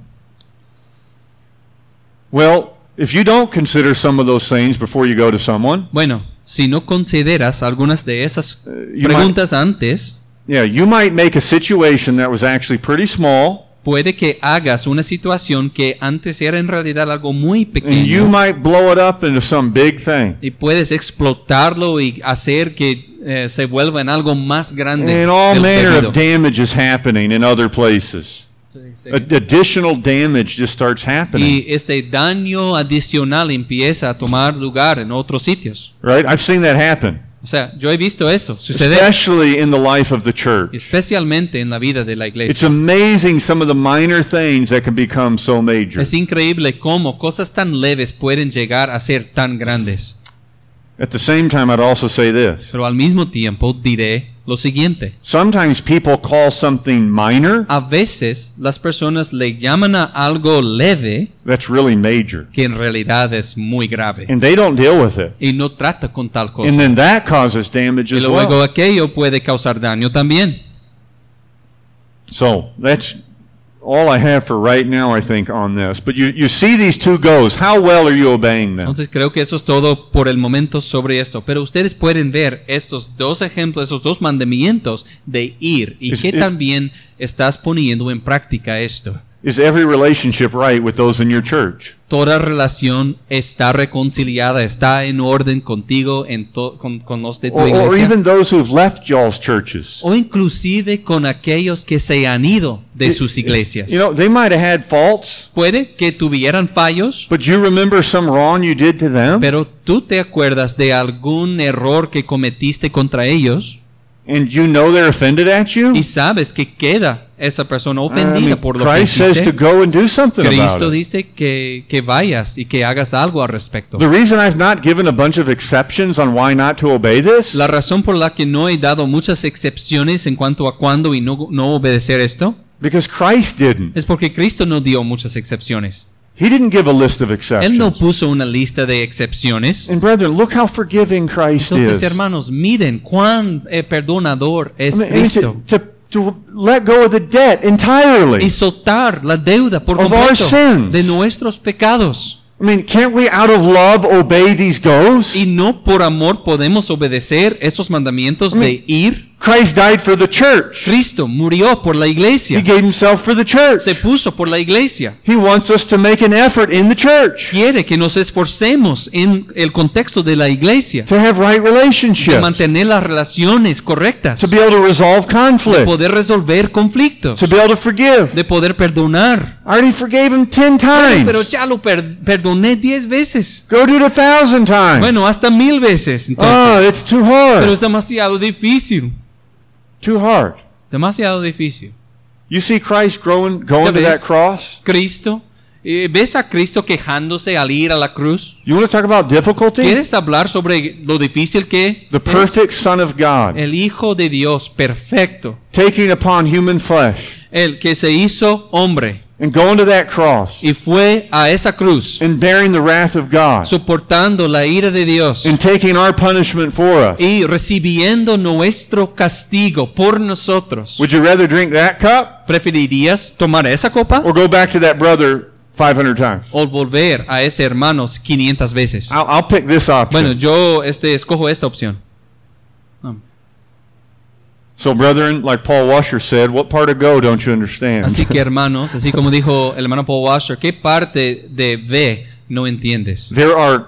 Speaker 1: Well, if you don't consider some of those things before you go to someone,
Speaker 2: Bueno, si no consideras algunas de esas
Speaker 1: Eh, you
Speaker 2: preguntas antes,
Speaker 1: yeah, you might make a situation that was actually pretty small,
Speaker 2: puede que hagas una situación que antes era en realidad algo muy
Speaker 1: and you
Speaker 2: pequeño
Speaker 1: might blow it up into some big thing.
Speaker 2: y puedes explotarlo y hacer que eh, se vuelva en algo más grande.
Speaker 1: And all
Speaker 2: de lo
Speaker 1: manner
Speaker 2: debido.
Speaker 1: of damage is happening in other places. A- additional damage just starts happening,
Speaker 2: y este daño adicional empieza a tomar lugar en otros sitios.
Speaker 1: right? I've seen that happen,
Speaker 2: O sea, yo he visto eso suceder,
Speaker 1: especially in the life of the church.
Speaker 2: especialmente en la vida de la
Speaker 1: It's
Speaker 2: iglesia.
Speaker 1: amazing some of the minor things that can become so major.
Speaker 2: Es increíble cómo cosas tan leves pueden llegar a ser tan grandes.
Speaker 1: At the same time, I'd also say this.
Speaker 2: Pero al mismo tiempo diré lo siguiente.
Speaker 1: Sometimes people call something minor
Speaker 2: A veces las personas le llaman a algo leve
Speaker 1: that's really major,
Speaker 2: que en realidad es muy grave
Speaker 1: and they don't deal with it.
Speaker 2: y no trata con tal
Speaker 1: And
Speaker 2: cosa.
Speaker 1: then that causes damage
Speaker 2: Y
Speaker 1: as
Speaker 2: luego
Speaker 1: well.
Speaker 2: aquello puede causar daño también.
Speaker 1: So that's all I have for right now, I think, on this. But you, you see these two goes. How well are you obeying them?
Speaker 2: Entonces creo que eso es todo por el momento sobre esto. Pero ustedes pueden ver estos dos ejemplos, esos dos mandamientos de ir y
Speaker 1: Es-
Speaker 2: que
Speaker 1: es-
Speaker 2: también estás poniendo en práctica esto.
Speaker 1: Is every relationship right with those in your church?
Speaker 2: Toda relación está reconciliada, está en orden contigo, en to- con, con los de tu
Speaker 1: Or, or
Speaker 2: iglesia.
Speaker 1: even those who've left y'all's churches?
Speaker 2: o inclusive con aquellos que se han ido de sus iglesias.
Speaker 1: You know, they might have had faults,
Speaker 2: Puede que tuvieran fallos,
Speaker 1: but you remember some wrong you did to them?
Speaker 2: pero tú te acuerdas de algún error que cometiste contra ellos
Speaker 1: And you know they're offended at you?
Speaker 2: y sabes que queda esa persona
Speaker 1: I mean,
Speaker 2: ofendida por lo que
Speaker 1: Christ says to
Speaker 2: hiciste.
Speaker 1: go and do something about
Speaker 2: Cristo
Speaker 1: it.
Speaker 2: dice que, que vayas y que hagas algo al respecto.
Speaker 1: The reason I've not given a bunch of exceptions on why not to obey this
Speaker 2: La razón por la que no he dado muchas excepciones en cuanto a cuándo y no, no obedecer esto
Speaker 1: because Christ didn't.
Speaker 2: es porque Cristo no dio muchas excepciones.
Speaker 1: He didn't give a list of
Speaker 2: Él no
Speaker 1: exceptions.
Speaker 2: puso una lista de excepciones.
Speaker 1: And brethren, look how forgiving Christ
Speaker 2: Entonces,
Speaker 1: is.
Speaker 2: hermanos, miren cuán eh, perdonador es
Speaker 1: I mean, and
Speaker 2: Cristo.
Speaker 1: to, to, to let go of the debt entirely.
Speaker 2: Y soltar la deuda por
Speaker 1: Of
Speaker 2: completo
Speaker 1: our sins.
Speaker 2: de nuestros pecados.
Speaker 1: I mean, can't we out of love obey these goals?
Speaker 2: Y no por amor podemos obedecer estos mandamientos de ir.
Speaker 1: Christ died for the church.
Speaker 2: Cristo murió por la
Speaker 1: He
Speaker 2: iglesia.
Speaker 1: gave himself for the church.
Speaker 2: Se puso por la iglesia.
Speaker 1: He wants us to make an effort in the church
Speaker 2: Quiere que nos esforcemos en el contexto de la iglesia.
Speaker 1: to have right
Speaker 2: De
Speaker 1: relationships,
Speaker 2: mantener las relaciones correctas.
Speaker 1: to be able to resolve
Speaker 2: De
Speaker 1: conflict,
Speaker 2: poder resolver conflictos.
Speaker 1: to be able to forgive.
Speaker 2: De poder perdonar.
Speaker 1: I already forgave him ten
Speaker 2: Bueno,
Speaker 1: times.
Speaker 2: pero ya lo per- perdoné diez veces.
Speaker 1: Go do it a thousand times.
Speaker 2: Bueno, hasta mil veces. Entonces.
Speaker 1: oh, it's too
Speaker 2: Pero
Speaker 1: hard.
Speaker 2: es demasiado difícil.
Speaker 1: Too hard.
Speaker 2: Demasiado difícil.
Speaker 1: You see Christ growing,
Speaker 2: Ya
Speaker 1: going to
Speaker 2: ves.
Speaker 1: that cross?
Speaker 2: Cristo, eh, ¿ves a Cristo quejándose al ir a la cruz?
Speaker 1: You want to talk about difficulty?
Speaker 2: ¿Quieres hablar sobre lo difícil que
Speaker 1: The
Speaker 2: es
Speaker 1: perfect Son of God
Speaker 2: el Hijo de Dios perfecto,
Speaker 1: taking upon human flesh
Speaker 2: el que se hizo hombre
Speaker 1: and going to that cross
Speaker 2: y fue a esa cruz
Speaker 1: and bearing the wrath of God
Speaker 2: soportando la ira de Dios
Speaker 1: and taking our punishment for us?
Speaker 2: y recibiendo nuestro castigo por nosotros?
Speaker 1: Would you rather drink that cup
Speaker 2: ¿Preferirías tomar esa copa
Speaker 1: or go back to that brother 500 times?
Speaker 2: o volver a ese hermano 500 veces?
Speaker 1: I'll, I'll pick this
Speaker 2: Bueno,
Speaker 1: option.
Speaker 2: yo este, escojo esta opción. Ah.
Speaker 1: So, brethren, like Paul Washer said, what part of go don't you understand?
Speaker 2: Así que hermanos, así como dijo el hermano Paul Washer, ¿qué parte de B no entiendes?
Speaker 1: There are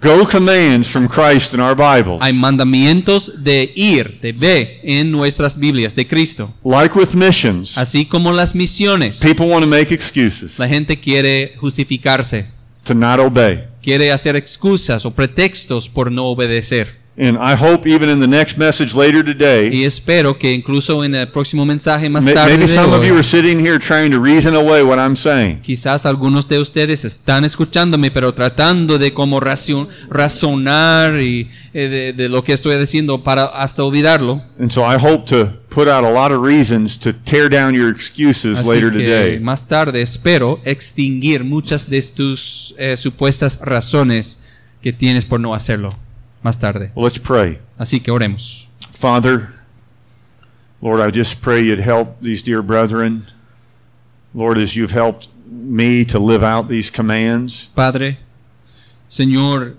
Speaker 1: go commands from Christ in our Bibles.
Speaker 2: Hay mandamientos de ir, de B, en nuestras Biblias, de Cristo.
Speaker 1: Like with missions,
Speaker 2: Así como las misiones.
Speaker 1: people want to make excuses
Speaker 2: La gente quiere justificarse,
Speaker 1: to not obey.
Speaker 2: quiere hacer excusas o pretextos por no obedecer.
Speaker 1: And I hope even in the next message later today,
Speaker 2: Y espero que incluso en el próximo mensaje más
Speaker 1: may-
Speaker 2: tarde,
Speaker 1: maybe
Speaker 2: de
Speaker 1: some of
Speaker 2: hoy,
Speaker 1: you are sitting here trying to reason away what I'm saying.
Speaker 2: Quizás algunos de ustedes están escuchándome, pero tratando de como racio- razonar y, eh, de, de lo que estoy diciendo para hasta olvidarlo.
Speaker 1: And so I hope to put out a lot of reasons to tear down your excuses
Speaker 2: Así
Speaker 1: later
Speaker 2: que
Speaker 1: today.
Speaker 2: más tarde espero extinguir muchas de tus eh, supuestas razones que tienes por no hacerlo más tarde.
Speaker 1: Well, let's pray.
Speaker 2: Así que oremos.
Speaker 1: Father, Lord, I just pray you'd help these dear brethren. Lord, as you've helped me to live out these commands.
Speaker 2: Padre, Señor,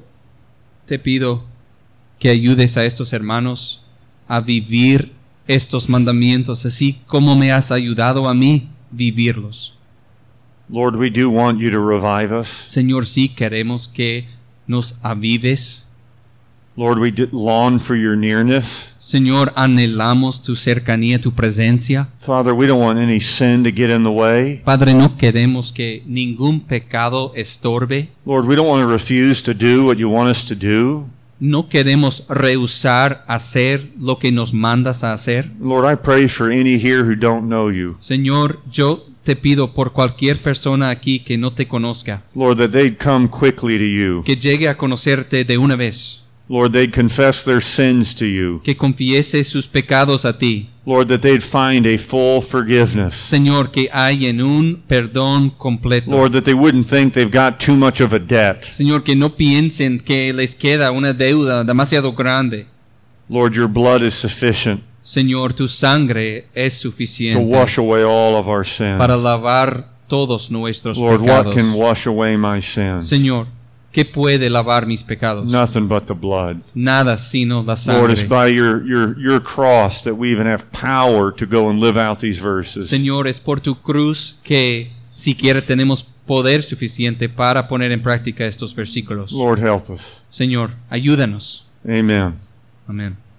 Speaker 2: te pido que ayudes a estos hermanos a vivir estos mandamientos, así como me has ayudado a mí vivirlos.
Speaker 1: Lord, we do want you to revive us.
Speaker 2: Señor, sí queremos que nos avives.
Speaker 1: Lord, we did long for your nearness.
Speaker 2: Señor, anhelamos tu cercanía, tu presencia.
Speaker 1: Father, we don't want any sin to get in the way.
Speaker 2: Padre, no queremos que ningún pecado estorbe.
Speaker 1: Lord, we don't want to refuse to do what you want us to do.
Speaker 2: No queremos rehusar hacer lo que nos mandas a hacer.
Speaker 1: Lord, I pray for any here who don't know you.
Speaker 2: Señor, yo te pido por cualquier persona aquí que no te conozca,
Speaker 1: Lord, that they'd come quickly to you.
Speaker 2: que llegue a conocerte de una vez,
Speaker 1: Lord, they'd confess their sins to you.
Speaker 2: que confiese sus pecados a ti.
Speaker 1: Lord, that they'd find a full forgiveness.
Speaker 2: Señor, que hay en un perdón completo.
Speaker 1: Lord, that they wouldn't think they've got too much of a debt.
Speaker 2: Señor, que no piensen que les queda una deuda demasiado grande.
Speaker 1: Lord, your blood is sufficient
Speaker 2: Señor, tu sangre es
Speaker 1: to
Speaker 2: suficiente
Speaker 1: wash away all of our
Speaker 2: para
Speaker 1: sins.
Speaker 2: lavar todos nuestros
Speaker 1: Lord, what
Speaker 2: pecados.
Speaker 1: can wash away my sins?
Speaker 2: Señor, ¿qué puede lavar mis pecados?
Speaker 1: Nothing but the blood.
Speaker 2: Nada sino la
Speaker 1: Lord, it's
Speaker 2: sangre.
Speaker 1: by your, your, your cross that we even have power to go and live out these verses.
Speaker 2: Señor, es por tu cruz que siquiera tenemos poder suficiente para poner en práctica estos versículos.
Speaker 1: Lord, help us.
Speaker 2: Señor, ayúdanos.
Speaker 1: Amen.
Speaker 2: Amén.